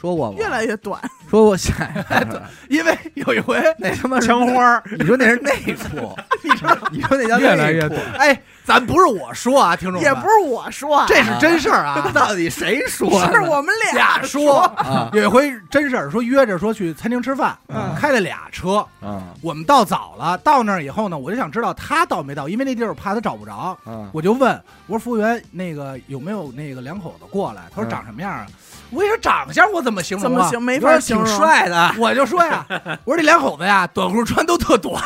说我吧
越来越短，
说我 夏
因为有一 回
那他 妈是
枪花儿，
你说那是内裤，你说 你说那 叫
越来
内
越
裤
短
哎，咱不是我说啊，听众
也
们
不是我说，
这是真事儿 啊，
到底谁说的？
是我们
俩
说。
说。
啊
有一回真事儿，说约着说去餐厅吃饭，
嗯
开了俩车，
啊
我们到早了，到那儿以后呢，我就想知道他到没到，因为那地儿我怕他找不着，
嗯
啊！
我就问我说服务员那个有没有那个两口子过来，他说
嗯
长什么样啊？我一说长相我怎么形容啊？
怎么形没
有点
法形
挺
容
帅的， 我就说呀，我说这两口子呀，短裤穿都特短。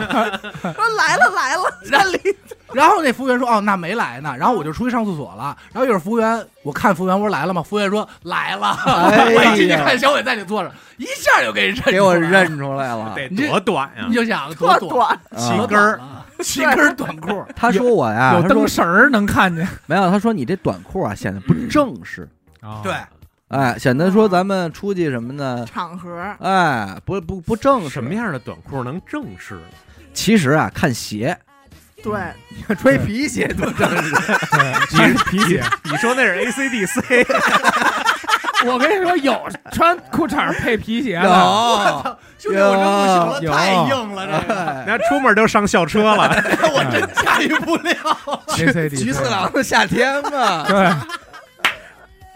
说来了来了，家里
然后那服务员说：“哦，那没来呢。”然后我就出去上厕所了。然后一会儿服务员，我看服务员，我说来了吗？服务员说来了。
哎呀
我一进去看小伟在里坐着，一下就给人认出来
给我，认出来了。
得
你这
多短呀
你！就想
特
多短，
短，
啊
多短了，七根儿短裤，
他说我呀，
有
啊他
灯
说
绳儿能看见。
没有，他说你这短裤啊显得不正式，
对，
哎，显得说咱们出去什么呢？
场合
哎，不不不正式。
什么？样的短裤能正式呢？
其实啊，看鞋，
对，哎
穿皮鞋多正式。
对，你是啊皮鞋。
你说那是 A C D C，
我跟你说，有穿裤衩儿配 皮鞋
哦
的，
有，
兄弟，我真不行了，
有
太硬了，这个
哎
那出门就上校车了。
我真驾驭不 了。
ACDC
菊次郎的夏天 嘛，
对，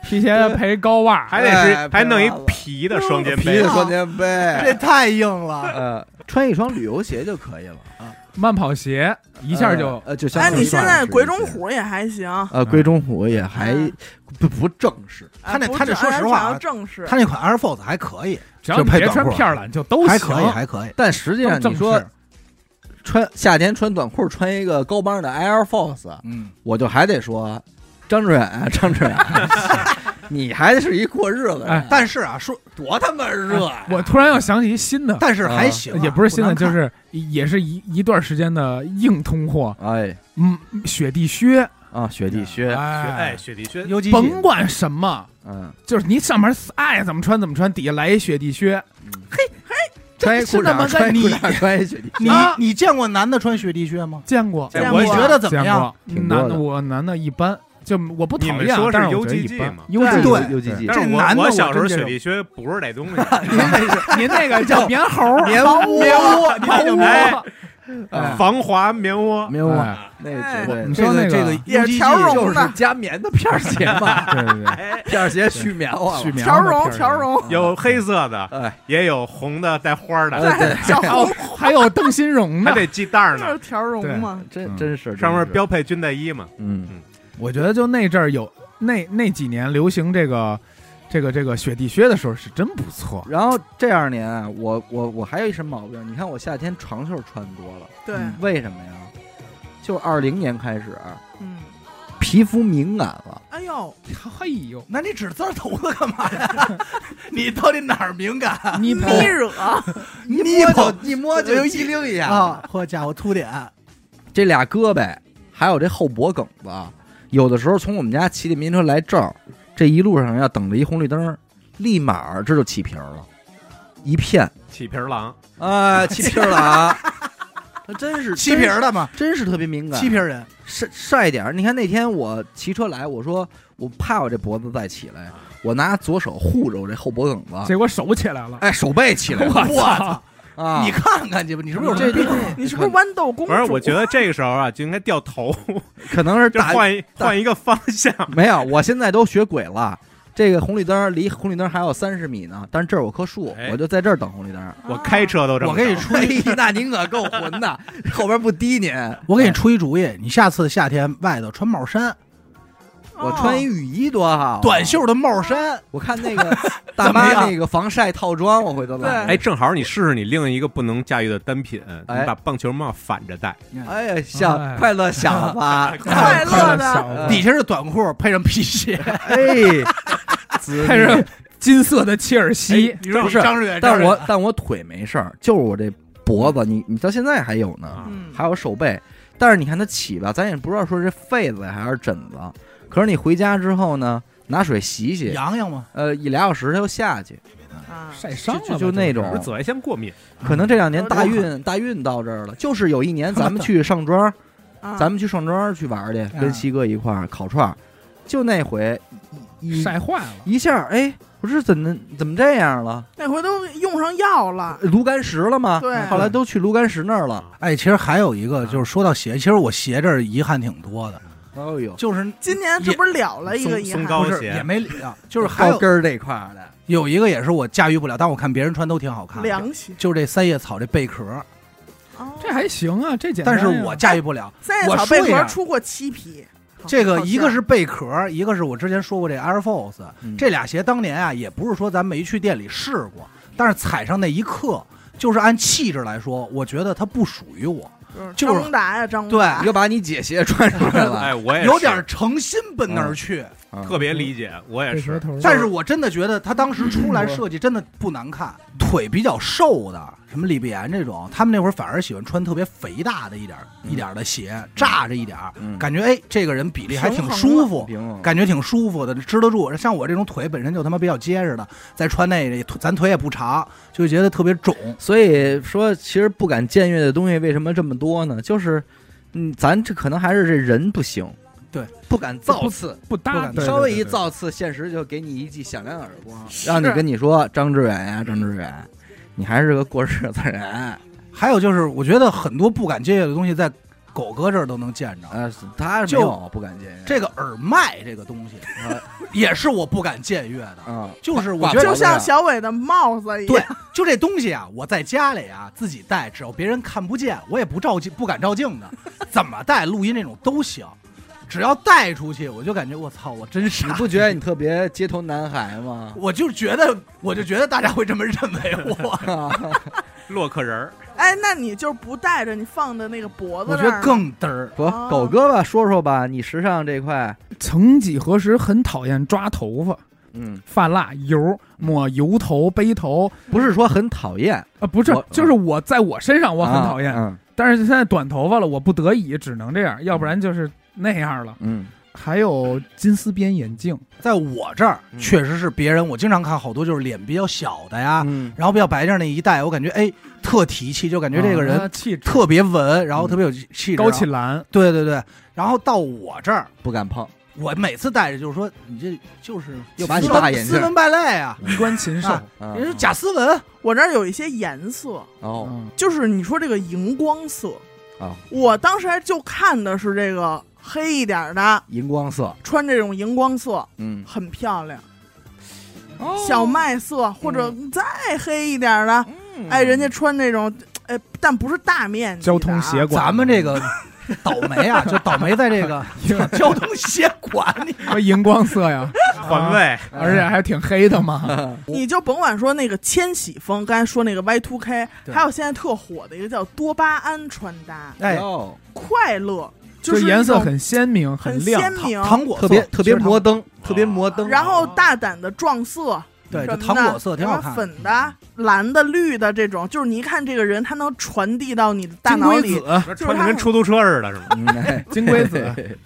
皮鞋配高袜儿，
还得
哎
是还弄一
别忘了
皮的双肩
皮
背哎
的，双肩
这
背，
太硬了，
呃，穿一双旅游鞋就可以了，啊
慢跑鞋一下就
呃就相
哎，
当于
你现在
是
鬼冢。虎也还行，啊
呃，鬼冢虎也还
嗯
不不正式，
他那
哎不
他这
正
说
哎
实
反
话
而
啊
正式，
他那款 Air Force 还可以，
只要你
就配
别穿
短裤
片儿懒就都
还
行，
可以，还可以。
但实际上
都正
你说
式
穿夏天穿短裤，穿一个高帮的 Air Force，
嗯，
我就还得说张志远啊，张志 远，你还是一过日子人
哎，
但是啊，说多他妈热呀！
我突然又想起一新的，
但是
嗯
还行啊，
也不是新的，
难看
就是也是一一段时间的硬通货，
哎
嗯，雪地靴，
啊，雪地靴，
哎
哎，，雪地靴，
游击
甭管什么，
嗯，
就是你上面爱怎么穿怎么穿，底下来一雪地靴，
穿一
真是
裤
那么
衩，穿
个
一裤
你
衩，穿一雪地，
你
啊
你见过男的穿雪地靴吗？
见过，
哎
见
我
过
你觉得怎么样？
挺
见
多的
过男的我男的一般，就我不讨
你们
厌啊，
说是
但是我觉得
UGG
一般
吗，
优 质
对
有几季
但是
这
我
男的
我
我
小时候
真接受
雪地靴不是这东 西，
您那是您那个叫棉猴儿
棉
毛窝
棉
窝毛
哎
窝，
哎
防滑棉窝，
没有啊，
哎
那
哎
绝对
我们
你说
这
那
这
个
个
也是
UGG
条绒
就
的
是加棉的 片儿鞋嘛，
对对对，
片儿鞋续棉花
续
了，
棉
条
花的
绒
片儿
条绒，
有黑色的，
哎，
也有红的带花儿的，
哎 对，
小
还有
红
还有邓新荣
还
呢，
得系带儿
就是
呢，
条绒嘛，
真
嗯
真是
上面
真是
标配军大衣嘛。
嗯
我觉得就那阵儿有那那几年流行这个这个这个雪地靴的时候是真不错，
然后这二年啊，我我我还有一身毛病，你看我夏天长袖穿多了，
对，
嗯
为什么呀？就二零年开始，
嗯，
皮肤敏感了，
哎呦，
哎呦，
那你指字儿头子干嘛呀？ 你到底哪儿敏感啊？
你
咪惹，
你
摸就一摸就机灵一下
啊！好家伙，凸点
这俩胳膊还有这后脖梗子，有的时候从我们家骑电瓶车来这儿，这一路上要等着一红绿灯儿，立马儿这就起皮儿了，一片
起皮儿狼，
啊、起皮儿了 啊！它真是
漆皮儿，的嘛，
真是真是特别敏感，
漆皮儿人
晒晒一点儿。你看那天我骑车来，我说我怕我这脖子再起来，我拿左手护着我这后脖梗子，
结果手起来了，
哎，手背起来
我
了
操，
啊！
你看看去吧，你是不是有
这
这病？
这
你是不是豌豆公
不是，
主？
我觉得这个时候啊就应该掉头，
可能是
就
打啊
换一
大
换一个方向。
没有，我现在都学鬼了。这个红绿灯儿离红绿灯儿还有三十米呢，但是这儿有棵树，
哎
我就在这儿等红绿灯儿。
啊
我开车都这么
我给你
着
出，
嘿， 那您可够混 的，后边不滴您。
我给你出一主意，你下次夏天外头穿帽衫，
我穿一
哦
雨衣多好啊，
短袖的 帽衫，
我看那个大妈那个防晒套装，我回头来。
哎，，正好你试试你另一个不能驾驭的单品，你
哎
把棒球帽反着戴，
哎呀，小
哎
快乐小子，啊
快乐的，
小
啊 底下是短裤，配上皮鞋，
哎，子
还
女
是金色的切尔西
哎， 你说
不
你
是
张志远，张
但
志
我
远
但我腿没事儿，就是我这脖子，你你到现在还有呢，
啊，
嗯，
还有手背。但是你看它起吧，咱也不知道说是痱子呀还是疹子。可是你回家之后呢，拿水洗洗，
洋洋嘛，
呃，一俩小时它就下去。
啊
晒伤了吧
就就就那种
不是紫外线过敏，
可能这两年
嗯
大运大运到这儿了，就是有一年咱们去上庄，
啊
咱们去上庄去玩儿去，
嗯
跟西哥一块儿烤串儿，就那回一
晒坏了。
一下，哎，不是怎么怎么这样了？
那回都用上药了，
炉甘石了吗？
对
啊后来都去炉甘石那儿了。
哎，其实还有一个就是说到鞋，其实我鞋这儿遗憾挺多的，
哎呦，
就是
今年这不是了了一个
松
遗
松
憾，
高
不是
鞋
也没理啊，就
就是
还有
跟儿这块儿的，
有一个也是我驾驭不了，但我看别人穿都挺好看的，
凉鞋，
就是这三叶草这贝壳，
哦
这还行啊，这简单
但
呀、
是我驾驭不了。
三叶
我
草
说
贝
一
壳
下
出过七匹，好
这个
好
一个
事
是贝壳，一个是我之前说过这 Air Force，
嗯
这俩鞋当年啊，也不是说咱没去店里试过，但是踩上那一刻，就是按气质来说，我觉得它不属于我，
儿
就是
张达呀，张
对
达
又把你姐鞋穿出来 了。
哎，我也是
有点诚心奔那儿去。
啊
特别理解，我也
这舌
是，
头，
但是我真的觉得他当时出来设计真的不难看，腿比较瘦的，什么李碧岩这种，他们那会儿反而喜欢穿特别肥大的一点儿
嗯
一点儿的鞋，炸着一点儿，
嗯
感觉哎，这个人比例还挺
平衡
舒服。
平衡
感觉挺舒服的，支得住。像我这种腿本身就他妈比较结实的，再穿那个，咱腿也不长，就觉得特别肿。
所以说，其实不敢僭越的东西为什么这么多呢？就是，嗯，咱这可能还是这人不行，
对，
不敢造次，
不
不
搭
敢，
对
稍微一，
对对
造次，现实就给你一记响亮耳光，让你跟你说张志远呀、张志远，你还是个过日子人。
还有就是，我觉得很多不敢接的东西，在狗哥这儿都能见着。
呃，他没
啊就
有不敢僭越，
这个耳麦这个东西，呃也是我不敢僭越的。
啊，
就是我
挂
觉得
脖
就
子上
像小伟的帽子一
对
样，，
就这东西啊，我在家里啊自己戴，只要别人看不见，我也不照镜，不敢照镜的，怎么戴录音那种都行，只要带出去，我就感觉我操，我真傻。
你不觉得你特别街头男孩吗？
我就觉得，我就觉得大家会这么认为 我，
洛克人儿，
哎，那你就不戴着，你放在那个脖子
我觉
那
得
儿，
更嘚儿。
不
哦，
狗哥吧，说说吧，你时尚这块，
曾几何时很讨厌抓头发、
嗯，
发蜡、油、抹油头、背头
不是说很讨厌，
啊、不是
我，
就是我在我身上我很讨厌，
啊
但是现在短头发了，我不得已只能这样，要不然就是那样了。
嗯
还有金丝边眼镜，
在我这儿
嗯
确实是别人，我经常看好多就是脸比较小的呀，
嗯
然后比较白净那一戴，我感觉哎特提气，就感觉这个人
啊气质
特别文，然后特别有气质，啊
高气兰，
对对对，然后到我这儿，
嗯，不敢碰，
我每次戴着就是说你这就是
又把你
斯文
大眼镜
斯文败类啊，
衣冠禽兽。
啊
啊
你说假斯文，
我这儿有一些颜色，
哦
嗯，
就是你说这个荧光色，
啊，
我当时还就看的是这个黑一点的，
荧光色，
穿这种荧光色
嗯，
很漂亮，小麦色或者再黑一点的，
嗯
哎，人家穿那种，哎，但不是大面积的啊
交通协管，
咱们这个倒霉啊，就倒霉在这个 交通协管里。
个荧光色呀，
换位，
而且还挺黑的
啊
嘛。
你就甭管说那个千禧风，刚才说那个 Y two K，
对
还有现在特火的一个叫多巴胺穿搭，
哎，
哟
快乐，
就是颜色
一种
很鲜明，
很
亮。
鲜明，
糖果
特别
色
特别
哦其实糖
摩登，特别摩登，
然后大胆的撞色，
对，
什
这
么
糖
的
果色挺好
什
看
么
的。
粉的、蓝的、绿的这种，就是你一看这个人，他能传递到你的大
金
脑
龟
里，
子，
穿
就是
的
他
跟出租车似的，是吗？
嗯哎
金龟子，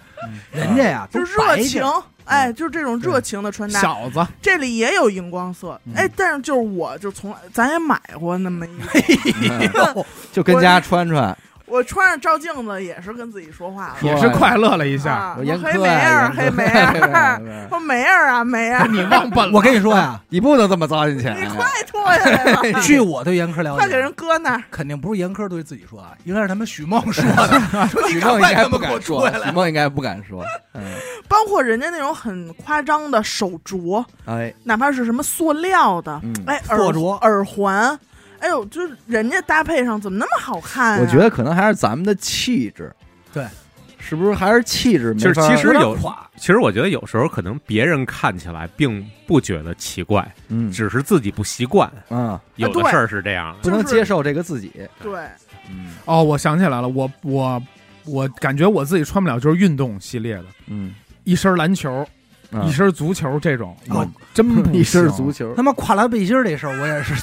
人家呀，
就
都
是热
白
情
净，
哎，就是这种热情的穿搭。
小子，
这里也有荧光色，哎，但是就是我就从来咱也买过那么一个，
嗯
啊
哦
就跟家穿穿，
我穿上照镜子也是跟自己说话
说
也是快乐了一下。
啊，
我
我
严
黑
苛
梅
啊，
儿，黑梅儿，
儿
说梅儿啊，梅儿，
你忘本了，
我跟你说 呀，
你不能这么糟践去，啊
你快脱下来 吧，
据我对严科了
快给
解，
人搁那儿。
肯定不是严科对自己说啊，应该是他们许梦说 的。说
许
你
梦应
赶快
该
他
不
们给我
敢
出
说，
来
许。梦应该不敢说，嗯，
包括人家那种很夸张的手镯，
哎，
哪怕是什么塑料的，
嗯
哎，耳
破镯
耳环，哎呦，就是人家搭配上怎么那么好看、啊？
我觉得可能还是咱们的气质。
对，
是不是还是气质？
就是
没法
其实
点
有
垮，
其实我觉得有时候可能别人看起来并不觉得奇怪，
嗯
只是自己不习惯。
啊，
有的
对
事儿是这样的，
不能
就是
接受这个自己，
对，
嗯
哦，我想起来了，我我我感觉我自己穿不了就是运动系列的，
嗯，
一身篮球，
啊
一身足球这种，
嗯
我真不
一身
行
足。球
他，妈跨栏背心儿这事儿，我也 是，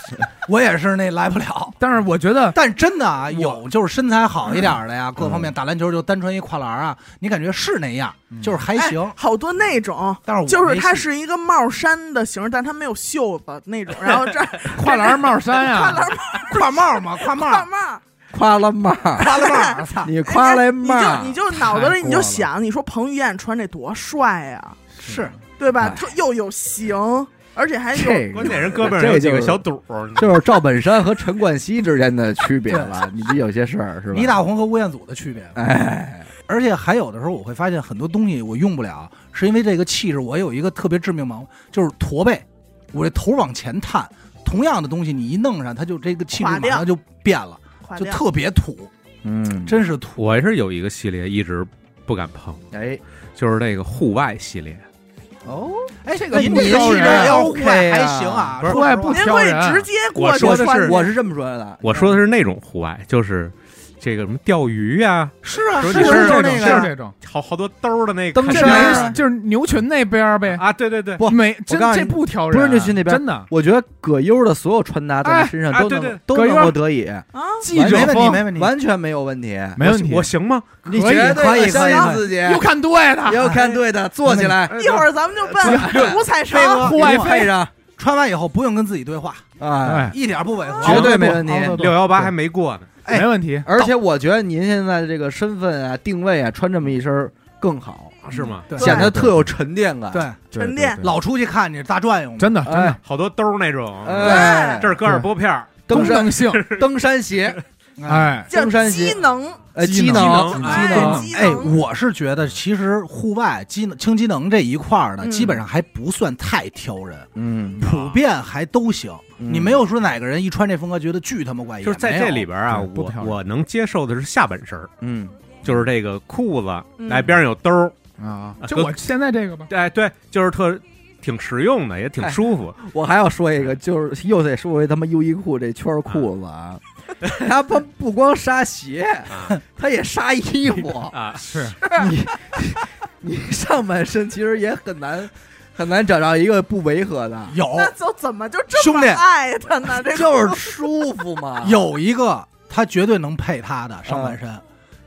我也是那来不了。
但是我觉得
但真的啊，
我
有就是身材好一点儿的 呀，各
嗯
方面打篮球就单穿一跨栏儿啊，你感觉是那样，
嗯
就是还行。
哎好多那种。
但是我
就是
没
它
戏
是一个帽衫的形，但它没有袖子那种，然后这儿
跨栏帽衫
跨栏
呀，
挎帽嘛，挎
大
帽，
帽，哎
夸了嘛，
挎了帽儿，操！
你夸了
你
嘛，
就你就脑子
太
里你
过
就
了
想，你说彭于晏穿这多帅呀，
是
对吧
哎？
就又有型，而且还有
这个
关键人胳膊上
嗯这
有几
就
个
是
小肚儿，
就是赵本山和陈冠希之间的区别了，你这有些事儿是吧？
倪大红和吴彦祖的区别。
哎，
而且还有的时候，我会发现很多东西我用不了，是因为这个气质，我有一个特别致命毛病，就是驼背，我这头往前探。同样的东西，你一弄上，它就这个气质
垮
马
掉
上就变了，
垮
就
掉。
特别土，
嗯，
真是土。
我是有一个系列一直不敢碰，
哎，
就是那个户外系列。
哦，
哎，这
那
您
你
这
挑
气质
人啊
要哎户
OK
外还
啊
行啊，
不是
说实话
户外
您
挑
可以
人啊
直接过去
我
我
说的
穿
是
是
着，
我是这么说的，
我说的是那种户外，就是这个什么钓鱼呀、
是啊，
说
是
你
就是
就
这
是那
种，是
个呀
这种，
好好多兜儿的那个
登
这
山
啊
没就是牛群那边呗。
啊，对对对，
不
没真
告诉
这
你
不挑人，
不
啊
是那群那边
真的
我觉得葛优的所有穿搭在他身上
哎
都
啊对
能、
对
都
葛优
能够得以，
啊，
记者
没问题，
风
没问题。
完全没有问题。
没问题
我。行吗？
你
可以
绝对
可以
的相
可
信
以
自己，
又看多 呀他，
要看对的，坐起来，
一会儿咱们就奔五彩
飞
城
哥，
户外
给你配上
穿完以后不用跟自己对话，
啊，
哎，
一点不违和。啊
绝对没问题
熬得动
六幺八还没过呢，
哎
没问题。
而且我觉得您现在这个身份啊、定位啊，穿这么一身儿更好，
嗯
是吗？
对
显得特有沉淀感。
对，
对
沉淀
对对
老出去看去大转悠嘛。
真的真的
哎
好多兜儿那种，
哎，
这儿搁点拨片儿，
登
功
山
能性，
登山鞋，
哎，
叫
登山鞋
机能，
呃，
机
机
能
能，
哎
机能，
机
哦哎，
能
我是觉得其实户外机能、轻机能这一块儿呢，
嗯
基本上还不算太挑人，
嗯，
普遍还都行。
嗯
你没有说哪个人一穿这风格觉得巨他妈怪异，
就是在这里
边
边啊，
对不
我
挑人
我能接受的是下半身儿，
嗯，
就是这个裤子，
嗯
哎，边上有兜儿，
啊
啊，
就
哥
我现在这个吧，
哎，对，就是特挺实用的，也挺舒服。
我还要说一个，就是又得说回他妈优衣库这圈儿裤子啊，他不不光杀鞋，
啊
他也杀衣服，
啊，
是
你你上半身其实也很难很难找到一个不违和的，
有
那就怎么就这
哦兄
么
弟。
爱他呢？这
就是舒服嘛
有一个他绝对能配他的上半身，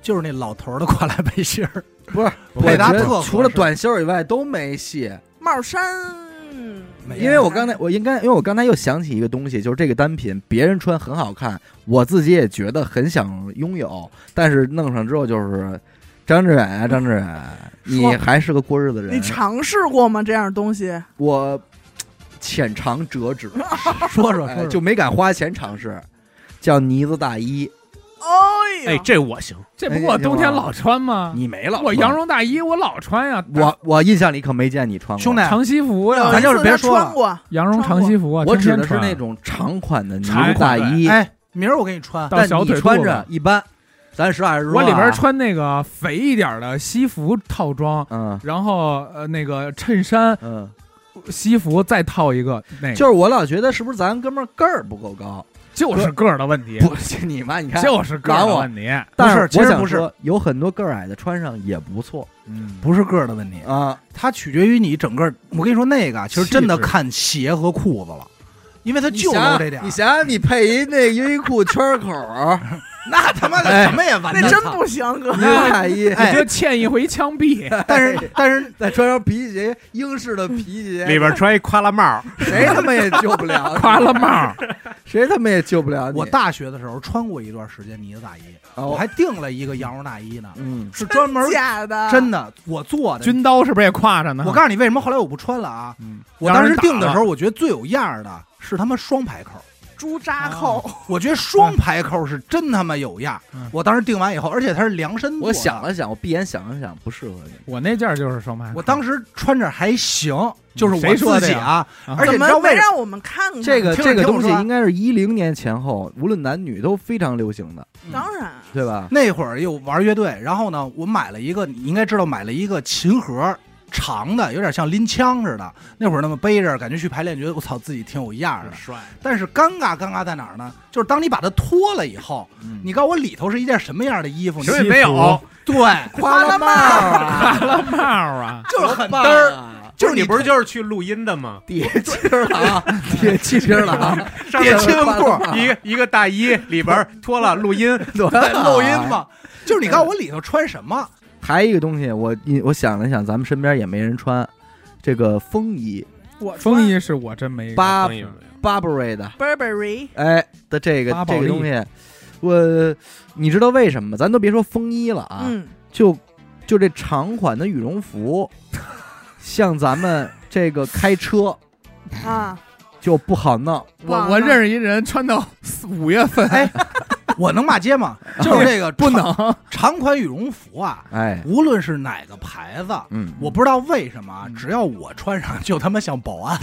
就是那老头儿的跨栏背心儿，
不是，我
配搭
觉得
特合适
除了短袖以外都没戏，
帽衫，
没
因为我刚才我应该，因为我刚才又想起一个东西，就是这个单品别人穿很好看，我自己也觉得很想拥有，但是弄上之后就是张志远啊，张志远，你还是个过日子人，
你尝试过吗？这样东西？
我浅尝辄止，
说说
哎
说
就没敢花钱尝试，叫呢子大衣，
哎
哎，
呀，
这我行，
这
哎
不我冬
啊
天老穿吗？
你没了
我羊，绒大衣啊我老穿呀，
我我印象里可没见你穿过，
兄弟，
长西服
有
呀，
咱
一
就是
次
别
他
说了
穿过，
羊绒长西服啊，
我
天
指
天
的是
穿
那种长款的呢
长
子大
款的
衣，
哎，明儿我给你穿，
到
但
小
你
腿
穿
肚
着
子
一般，咱实话实说、
我里边，穿那个肥一点的西服套装，
嗯
然后呃那个衬衫
嗯，
西服再套一个
哎
那个，
就是我老觉得是不是咱哥们儿个儿不够高？
就是个儿的问题，
不， 你妈，你看，
就是个儿
拦
的
我
问题。
但
不是其实
我想
不是
说，有很多个儿矮的穿上也不错
嗯，
不是个儿的问题，
啊。
它取决于你整个。我跟你说，那个啊其实真的
气质
看鞋和裤子了，因为它
你
就
想
露
想
这点儿
你。想想，你配一那优衣库圈儿口儿
那他妈
哎
的什么也完蛋
那真
操
不行，哥。
呢 子大衣，
哎
就欠一回枪毙，
但是但是
再穿上皮鞋，英式的皮 鞋，
里边穿一夸拉帽儿，
谁他妈也救不了你，
夸了帽 儿，
谁他妈也救不了你。
我大学的时候穿过一段时间呢子大衣，我
我
还订了一个羊绒大衣呢，
嗯
是专门
假的，
真的我做的。
军刀是不是也挎着呢？
我告诉你为什么后来我不穿了啊！
嗯，
我当时订的时
候
候，我觉得最有样儿的是他妈双排扣，
猪扎扣，
我觉得双排扣是真他妈有样儿
嗯。
我当时订完以后，而且它是量身做的
我想，了想，我闭眼想了想，不适合你。
我那件儿就是双排，
我当时穿着还行，就是
谁
我
说
自
的
己
呀
啊，
啊
而且
怎
你知道
么
为
没
什么
让我们看看？
这个
听着
这个
听
东
我
西
说啊
应该是一零年前后，无论男女都非常流行的，
当然，
对吧？
那会儿又玩乐队，然后呢，我买了一个，你应该知道，买了一个琴盒，长的，有点像拎枪似的。那会儿那么背着，感觉去排练，觉得我操自己挺有样儿的。
帅，
但是尴尬尴尬在哪儿呢？就是当你把它脱了以后，你告诉我里头是一件什么样的衣服？你
什么也没有，
对，
花了帽啊，
卡拉帽啊，
就是很 嘚儿，
儿，
就是
你不是
就
就是去录音的吗？
叠气儿了啊，叠气儿了啊，
上
叠
面
亲
花了
裤儿，
一个一个大衣里边儿脱了录音，
对，录音嘛。就是你告诉我里头穿什么？
还有一个东西，我一我想了想，咱们身边也没人穿这个风衣
我
风衣是我真没
巴
朋友们
Burberry 的，
Burberry
哎的这个
巴宝
这
莉
个东西，我你知道为什么吗？咱都别说风衣了啊，
嗯，
就就这长款的羽绒服， 像咱们这个开车
啊，
就不好弄，
我
哇
我认识一人穿到四五月份，
哎，我能骂街吗？就是这个
不能
长款羽绒服啊，
哎，
无论是哪个牌子，
嗯，
我不知道为什么啊
嗯，
只要我穿上就他妈像保 安，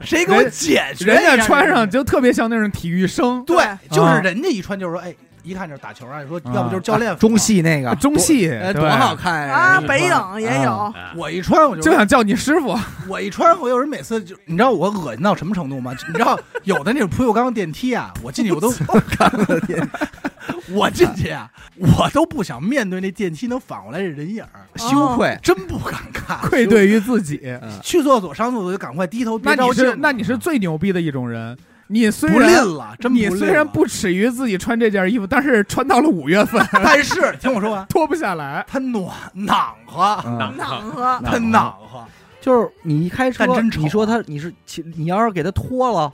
谁给我解决一下
人家穿上就特别像那种体育生，
对，就
啊
是人家一穿就是说，哎，一看就是打球啊，说要不就是教练服
中，戏那个
中戏
多哎
对
多好看
啊，
呀！
北影也有
啊，
我一穿我
就
就
想叫你师 傅，
我一穿我有人每次就你知道我恶心到什么程度吗？你知 道有的那种不锈钢电梯啊，我进去我都 我进去啊，我都不想面对那电梯能反过来这人影儿，
羞愧，
真不敢 看，
愧对于自己。
去厕所上厕所就赶快低头，
那
别
你
着急嗯
是。那你是最牛逼的一种人，你虽
不
然
吝了，真
你
不
虽
吝啊
然
了
不耻于自己穿这件衣服，但是穿到了五月份
但是 听我说完，
脱不下 来。
它暖暖和，
嗯，
囊和
它暖和。
就是你一开车
但真，丑啊
你说他你是其你要是给他脱了，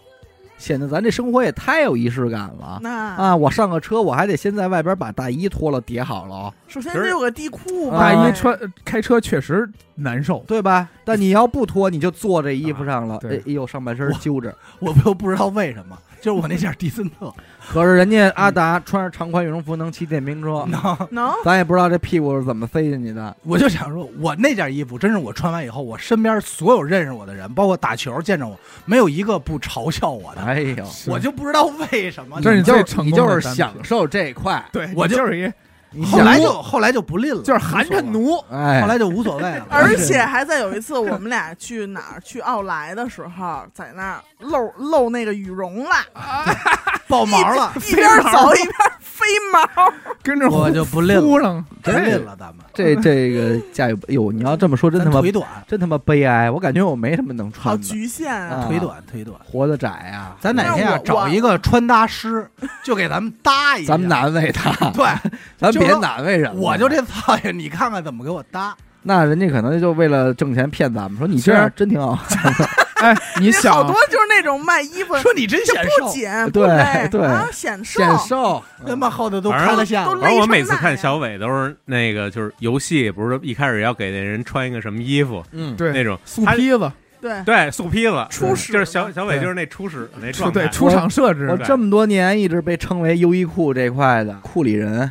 显得咱这生活也太有仪式感了
那
啊！我上个车，我还得先在外边把大衣脱了叠好了，
首先得有个地库吧，
啊
大衣穿开车确实难受，
对吧？但你要不脱，你就坐这衣服上了，
对
哎哎呦，上半身揪着。
我又不知道为什么，就是我那件迪森特，
可是人家阿达穿着长款羽绒服能骑电瓶车，
能
咱也不知道这屁股是怎么塞进去的。
我就想说，我那件衣服真是我穿完以后，我身边所有认识我的人，包括打球见着我，没有一个不嘲笑我的。
哎呦，
我就不知道为什么，
这是
你
你
就
最
是
成
你
功的
就是
单品
享受这一块，
对
我
我
就
就是一
你
后
享
来就后来就不吝了，
就是寒碜
无
奴，
所谓了，
哎
后，来就无所谓了。
而且还在有一次，我们俩去哪儿去奥莱的时候，在那儿露露那个羽绒了，
爆 毛了，
一边走一边飞毛，
跟着
我
呼
就不吝 了，
呼楞，
不吝了，咱们
这这个驾驭不，哟，你要这么说，真他
咱
妈啊
腿短，
真他妈悲哀。我感觉我没什么能
好
穿的，
局限
啊
啊！
腿短，腿短。
活得窄呀、
咱哪天啊
那我
找一个穿搭师，就给咱们搭一下。
咱们啊难为 他，
对，
咱别
就说
难为人了。
我就这造型，你看看怎么给我搭。
那人家可能就为了挣钱骗咱们，说你
是
这样真挺好。
哎，你
你
想
好多就是那种卖衣服
说你真
就
显瘦，
不
哦
紧
对
不勒
对
啊，显瘦
显瘦，
他妈后头都
反正
看得下
都
了。
而我每次
勒成那
看
样
小伟都是那个，就是游戏不是一开始要给那人穿一个什么衣服
嗯，
对
那种
素
他
坯子，
对，
对素坯子，
初始
就是小
嘛
小伟
对
就是那初始那
出
状
对
态，
出厂设置
我这么多年一直被称为优衣库这块的库里人。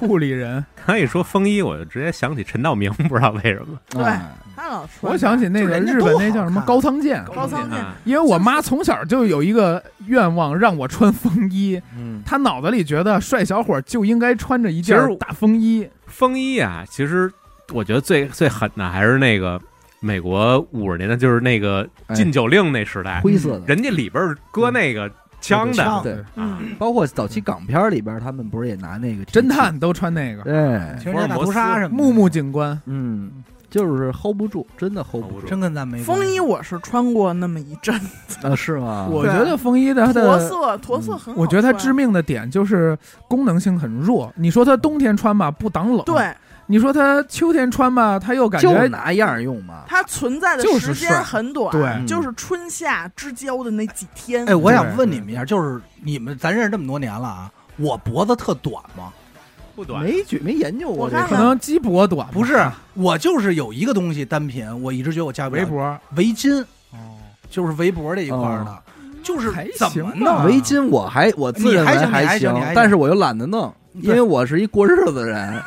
库里 人，
他一说风衣，我就直接想起陈道明，不知道为什么。
对
哎
他老说
我想起那个
人家
日
都
本
好
那叫什么
看啊
高仓健，
高仓健
啊，
因为我妈从小就有一个愿望，让我穿风衣。
嗯，
她脑子里觉得帅小伙就应该穿着一件
其实我
大风衣，
风衣啊，其实我觉得最最狠的还是那个美国五十年代，就是那个禁酒令那时代，
灰色的，
人家里边儿搁嗯那个枪的
嗯
对，
啊，
嗯，
包括早期港片里边，他们不是也拿那个
侦？探都穿那个。
对，
情人节大屠杀什么的，
木木警官，
嗯，就是 hold 不住，真的 hold 不
不
住。
住
真跟咱没关
风
系
衣我是穿过那么一阵，
啊，是吗？
我觉得风衣的它
驼
的，
色驼色很好穿，
我觉得它致命的点就是功能性很弱。你说它冬天穿吧，不挡冷；，
对
你说它秋天穿吧，它又感
就
觉
拿样儿用嘛。
它存在的
就是
时
帅
间很短，
嗯
对
就是春夏之交的那几天。
哎，我
对
想问你们一下，就是你们咱认识这么多年了啊，我脖子特短吗？
不短。
没觉没研究过
我
这事
看
可
儿，
看
能鸡脖短吧，
不是，我就是有一个东西单品，我一直觉得我驾驭不
嗯围
了，
脖。
围巾，
哦，
就是围脖这一块儿的，就是
还
怎么
行吧
弄？
围巾我还我自
啊你
认为
还行你还行
行
你还行，
但是我又懒得弄，
对
因为我是一过日子的人。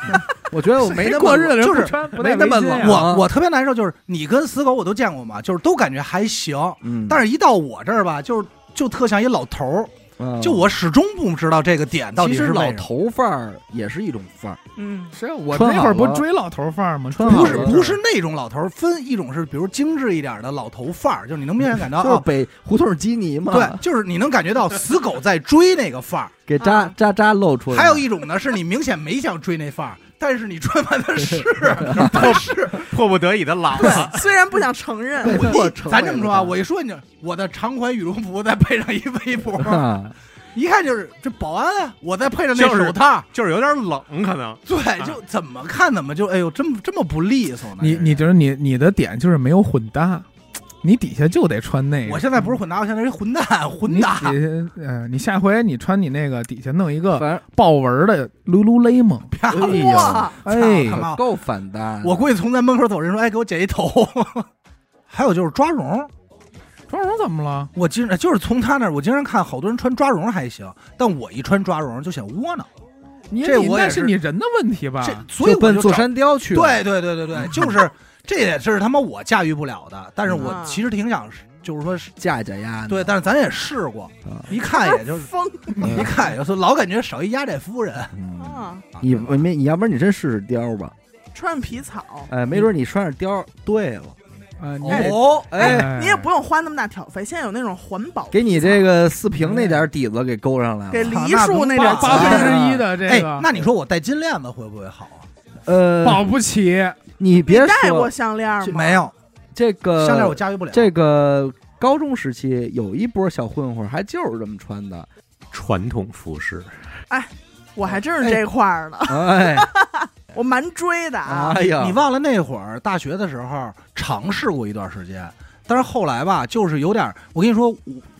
我觉得我没那么
过日子人
就
不
是
穿不
没那
戴围
么
巾呀
冷啊
我我特别难受，就是你跟死狗我都见过嘛，就是都感觉还行，
嗯，
但是一到我这儿吧，就是就特像一老头儿，
嗯
就我始终不知道这个点到底
其实
是为
老
什么
头范儿也是一种范儿，
嗯，
是我
穿
那会儿
好
不
了
追老头范儿吗？
穿
不
好
是
了
不是那种老头儿，分一种是比如精致一点的老头范儿，就是你能明显感到
就是
啊，
北胡同基尼嘛，
对，，就是你能感觉到死狗在追那个范儿。
给渣
啊
渣渣露出来。
还有一种呢，是你明显没想追那范儿，但是你穿完 的是，但是
迫不得已的老了。
虽然不想承认，
我成为
咱这么说啊，
了
我一说你就，我的长款羽绒服再配上一围脖，
啊
一看就是这保安啊，我再配上那
就是啊
手套，
就是有点冷，可能
对，就怎么看怎么就哎呦，这么这么不利索呢？
你
这
你就是你你的点就是没有混搭，你底下就得穿那个。
我现在不是混搭，我现在是混蛋，混
你
搭。
底下，呃，你下回你穿你那个底下弄一个
反
豹纹的 lululemon，
正哎呀，
哇，
哎，
操
可够反搭的。
我估计从咱门口走人说，哎，给我剪一头。 还有就是抓绒，
妆容怎么了？
我经就是从他那儿，我经常看好多人穿抓绒还行，但我一穿抓绒就显窝囊，
你
这
你
我也
那是
是
你人的问题
啊
吧？
这所以
就
我
奔
就
座
找
山雕去了，
对对对对 对，就是这也是他妈我驾驭不了的，但是我
啊
其实挺想，就是说是
架一架呀。
对，但是咱也试过
啊，
一看也哎就是
疯
嗯
一看也就是老感觉少一压寨夫 人。
嗯
啊！
你我没你要不然你真试试貂吧，
穿皮草，
哎，没准你穿上貂对了，
啊，你
哎
得
哦，
哎，
你也不用花那么大挑费，现在有那种环保，
给你这个四平那点底子给勾上来
给
了。
梨树那
那
点
不
八
八分
分之
之
一
一
的
哎
这个，，
那你说我戴金链子会不会好啊？
呃
保，不齐。
你
你
别
戴过
说
项链吗？
没，有，
这个
项链我驾驭不了。
呃这个高中时期有一波小混混，还就是这么穿的。
传统服饰，
我还真是这块儿的，
哎，
我蛮追的啊。
哎呀，
你忘了那会儿大学的时候尝试过一段时间，但是后来吧，就是有点儿，我跟你说，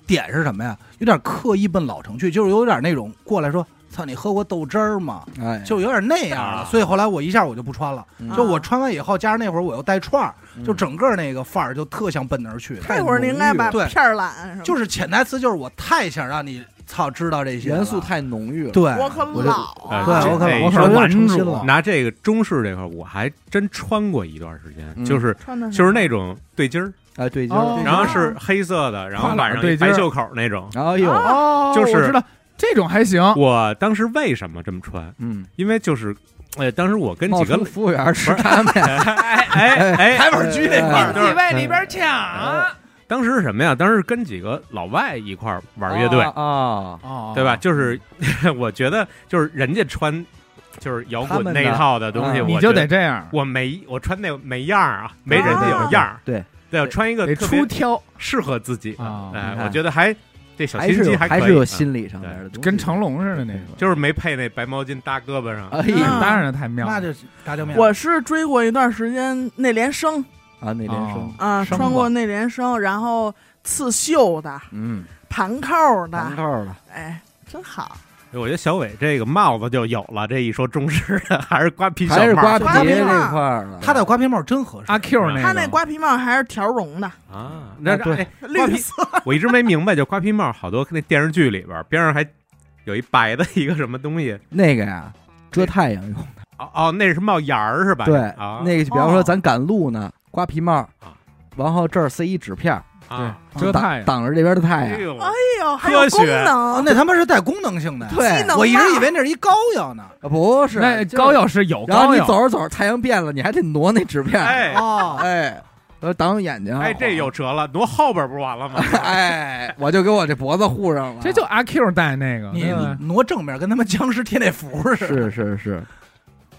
点是什么呀？有点刻意奔老城去，就是有点那种过来说：“操，你喝过豆汁儿吗？”
哎，
就有点那样了。
啊
所以后来我一下我就不穿了，
啊
嗯
就我穿完以后，加上那会儿我又带串儿，
嗯
就整个那个范儿就特想奔那儿去。
太
那会儿你应该把
浓郁了
片儿懒什么的，
就是潜台词就是我太想让你操知道这些了
元素太浓郁了。
对，
我可
我就
老
哎
对
啊，
我可
哎
我可
说
有点
拦
成
住
心
了
了。
拿这个中式这块儿，我还真穿过一段时间，
嗯
就是
穿的
就是那种对襟儿，
哎，对劲
哦
儿。
然后是黑色的，然后晚上一白袖口那种。
哎呦，
啊
哦，
就是
我知道这种还行，
我当时为什么这么穿？
嗯，
因为就是，哎，当时我跟
冒
几个
充，服务员吃他们，
哎哎哎，
台湾区那块
哎
儿，
就是
外
里边
抢
当时是什么呀？当时跟几个老外一块儿玩乐队，
啊，
哦，
对吧？？就是 我觉得就是人家穿就是摇
他
滚
们
那
的
一套的东西，
啊
哎我
嗯你
觉
就得这样，
我没我穿那没样儿啊，没人家有样儿，
对，
对，穿一个
得
特
出
别
挑，
适合自己的
啊
哎
你，看
我觉得还这小
还
心
是
机
有
可以，
还是有
嗯，
心理上面的东西，
跟成龙似的 那个。
就是没配那白毛巾搭胳膊上，
哎
嗯
呀
当然太妙了，
那就是炸酱面。
我是追过一段时间内联升
啊，那连
哦
声，
啊，
升
穿
过
过内联升，然后刺绣的、
嗯，
盘扣
难
的，
扣了，
哎，真好。
哎我觉得小伟这个帽子就有了。这一说中式的，还是瓜皮小
还是
帽
瓜
儿
皮
瓜皮
这
帽
块儿了，
他的瓜皮帽真合适。
阿 Q 那个，
他那瓜皮帽还是条绒的，
啊。那
啊对
哎瓜
绿
皮，
色。
我一直没明白，就瓜皮帽，好多那电视剧里边儿边上还有一白的一个什么东西。
那个呀，遮太阳用。
哦哦，那是冒檐儿是吧？
对，
啊，
那个就比方说咱赶路呢，瓜皮帽
啊，
然后这儿塞一纸片儿，
啊，
对遮太阳，
挡着这边的太
哎
阳。
呦，
哎呦，还有
科
功
学
啊，
能，
那他妈是带功能性的呀。
对
机，能
我一直
吧
以为那是一膏药呢。
啊不是
那
就是
膏药是有
然后
膏
你
药，
走着走着，太阳变了，你还得挪那纸片儿，
哎
哦，
哎，呃挡着眼睛。
哎，这有辙了，挪后边儿不完了吗？
哎，我就给我这脖子护上 了。
这就阿 Q 带那个，
你
对吧
你挪正面跟他妈僵尸贴那符似
是
的。
是是，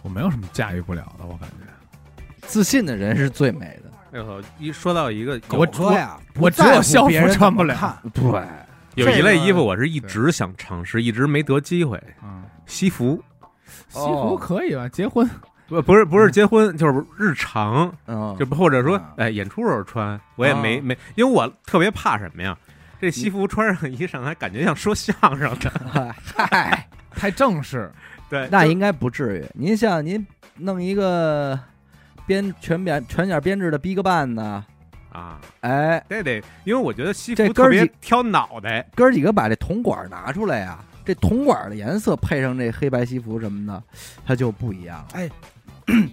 我没有什么驾驭不了的，我感觉。
自信的人是最美的。
哎呦，一说到一个有
我
说呀，
我只有校服穿不了
在乎别人怎么看。
对，
有
这
一类
个
衣服，我是一直想尝试，一直没得机会。
嗯，
西服
西服可以吧？结婚
不不是不是结婚，就是日常，
嗯，
就或者说
啊
哎演出时候穿，我也没
啊
没，因为我特别怕什么呀？
嗯
这西服穿上一上台，感觉像说相声 的。
嗨，
太正式，
对，
那
就
应该不至于。您像您弄一个编全编全角编制的 BigBang 呢，
啊，
哎，
这得，因为我觉得西
这
服
根儿
特别
几
挑脑袋。
哥儿几个把这铜管拿出来呀、这铜管的颜色配上这黑白西服什么的，它就不一样了。
哎，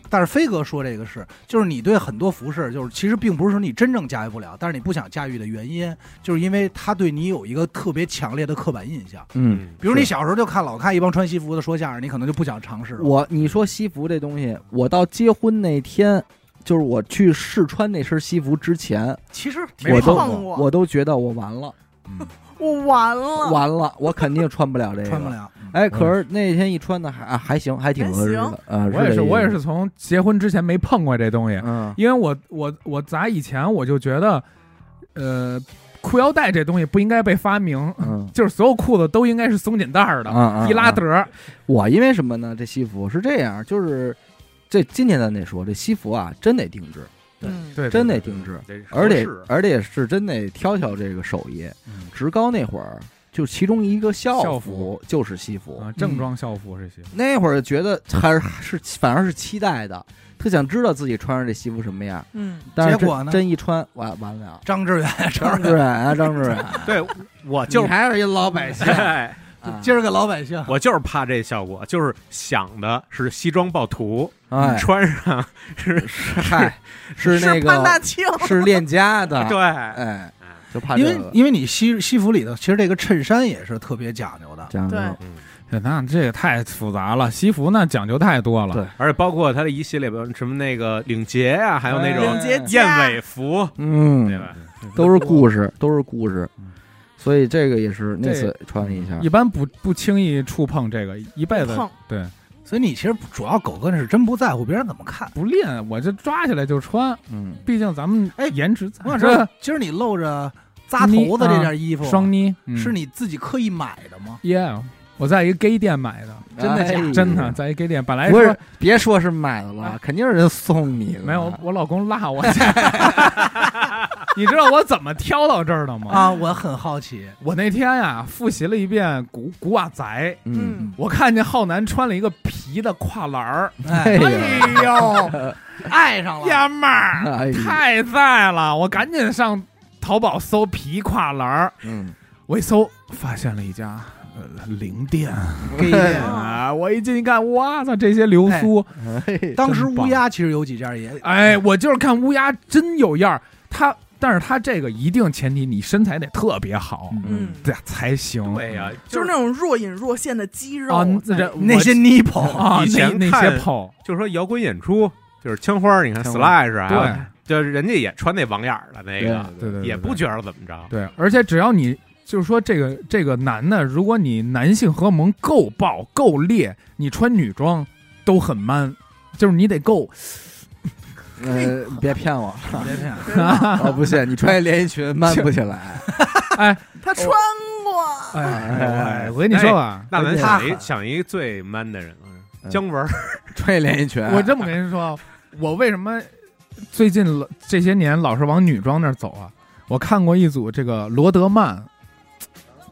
但是飞哥说这个是，就是你对很多服饰，就是其实并不是说你真正驾驭不了，但是你不想驾驭的原因，就是因为他对你有一个特别强烈的刻板印象。
嗯，
比如你
是
小时候就看老看一帮穿西服的说相声，你可能就不想尝试了。
我你说西服这东西，我到结婚那天，就是我去试穿那身西服之前，
其实
我
没人
都
碰过
我都觉得我完了，
我完了，
完了，我肯定穿不了这个。
穿不了，嗯
哎，可是那天一穿呢，还啊还行，还挺合适
还
的。啊，
我
这
也是，
意思
我也，是从结婚之前没碰过这东西，
嗯，
因为我我我砸以前我就觉得，呃，裤腰带这东西不应该被发明，
嗯
就是所有裤子都应该是松紧带儿的，
啊
一拉
得。
得儿。
我因为什么呢？这西服是这样，就是这今天咱得说，这西服啊，真得定制，
嗯，
对，
真
的
得定制，
这
而且
合适啊
而且是真得挑挑这个手艺。
嗯
职高那会儿，就其中一个
校
校
服
就是西服，
啊，正装校服这些。
那会儿觉得还是是反而是期待的，特想知道自己穿上这西服什么样。
嗯，
但是
结果
真
呢
真一穿，完完了，
张志远，
张志远啊，张志远，
对我就
你
是
还是一老百姓。
哎
啊
今儿个老百姓，
我就是怕这效果，就是想的是西装暴徒，
哎，
穿上是
是嗨，是那
潘大
个
庆，
是练家的，
对，
哎，就怕
因
这
为
个
因为你西西服里头，其实这个衬衫也是特别讲究的。
讲究
对
嗯，
那这也太复杂了，西服那讲究太多了。
对
而且包括他的一系列，比如什么那个领结呀、还有那
哎
种
领结啊
燕
夹，
尾服，对
嗯，
吧？
都是故事，都是故事
嗯，
所以这个也是那
这
次穿了一下
一，般不不轻易触碰这个，一辈子
碰
对
所以你其实主要狗哥是真不在乎别人怎么看。
不练，我就抓起来就穿。
嗯，
毕竟咱们
哎
颜值在
我想知道
这，
今儿你露着扎头的这件衣服，
嗯双妮
是
你
你自己刻意买的吗？
yeah，我在一个 gay 店买的，
真的假的
真的在一 gay 店，本来
哎嗯不
说啊
是，别说是买的了，肯定是人送你的。
没有，我老公拉我 去。你知道我怎么挑到这儿的吗？
啊，我很好奇。
我那天呀、复习了一遍古古瓦宅，
嗯，
嗯，
我看见浩南穿了一个皮的跨栏儿，
哎呀，
哎，
呦，
爱上了，
爷们儿
哎呀，
太在了！我赶紧上淘宝搜皮跨栏儿，
嗯，
我一搜发现了一家。呃，零店
给
哎
啊！我一进一看，哇操，这些流苏！
嘿
当时乌鸦其实有几件也，
哎，我就是看乌鸦真有样儿，它，但是它这个一定前提你身材得特别好，
嗯，
这才行。
对呀、
就是那种若隐若现的肌肉
啊，那这
那些 nipple
啊，
以
那
前
那
看
些跑，
就是说摇滚演出，就是枪花，你看
枪花
Slash
对
啊，就是人家也穿那网眼儿的那个，
对对，
也不
绝
觉得怎么着。
对，而且只要你就是说这个这个男的，如果你男性荷尔蒙够爆够烈，你穿女装都很 man，就是你得够哎
呃，别骗 我，
别骗人，
我不信，你穿一连衣裙慢不起 来。
他穿过，
哎
哎
我跟你说吧，
那咱
他
想一想一最 man 的人啊，
嗯
姜文儿，
穿一连衣 裙，
我这么跟您说，我为什么最近老这些年老是往女装那儿走啊？我看过一组这个罗德曼。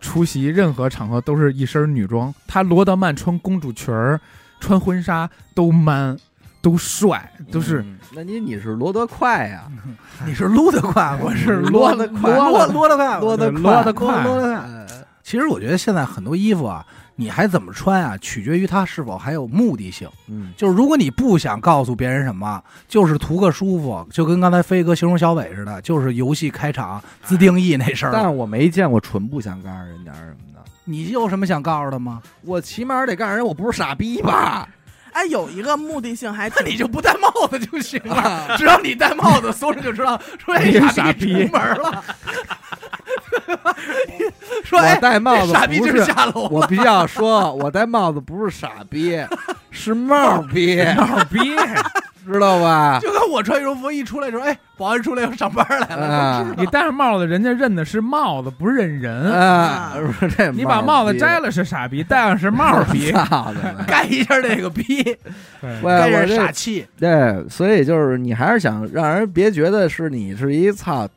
出席任何场合都是一身女装，他罗德曼穿公主裙儿、穿婚纱都 man，都帅，都是
嗯。那你你是罗德快 呀，
你是撸得快，我是
罗得快，
撸撸得快，
罗得快，
罗得快
罗得快。
其实我觉得现在很多衣服啊，你还怎么穿啊，取决于它是否还有目的性。
嗯，
就是如果你不想告诉别人什么，就是图个舒服，就跟刚才飞哥形容小伟似的，就是游戏开场自定义那事儿
但是
了。
我没见过纯不想告诉人家什么的。
你有什么想告诉他吗？
我起码得告诉人，我不是傻逼吧？
哎，有一个目的性还
那
挺，
你就不戴帽子就行了，只要你戴帽子，所有人就知 道说哎
你是
啊傻逼
傻逼
出门 了，说哎
我戴帽子
傻逼
不
就是是，下楼
我必须要说，我戴帽子不是傻逼，是帽逼，
二逼，
知道吧？
就跟我穿羽绒服一出来的时候，哎，保安出来要上班来了，
啊
我知
你
道
戴上帽子，人家认的是帽子，不认人。
啊，不是这
你把帽子摘
了，
了是傻逼，戴上是帽逼。
操的妈！
盖一下这个逼，
我
对
盖
哎我
点
这
傻气，
对，所以就是你还是想让人别觉得是你是一操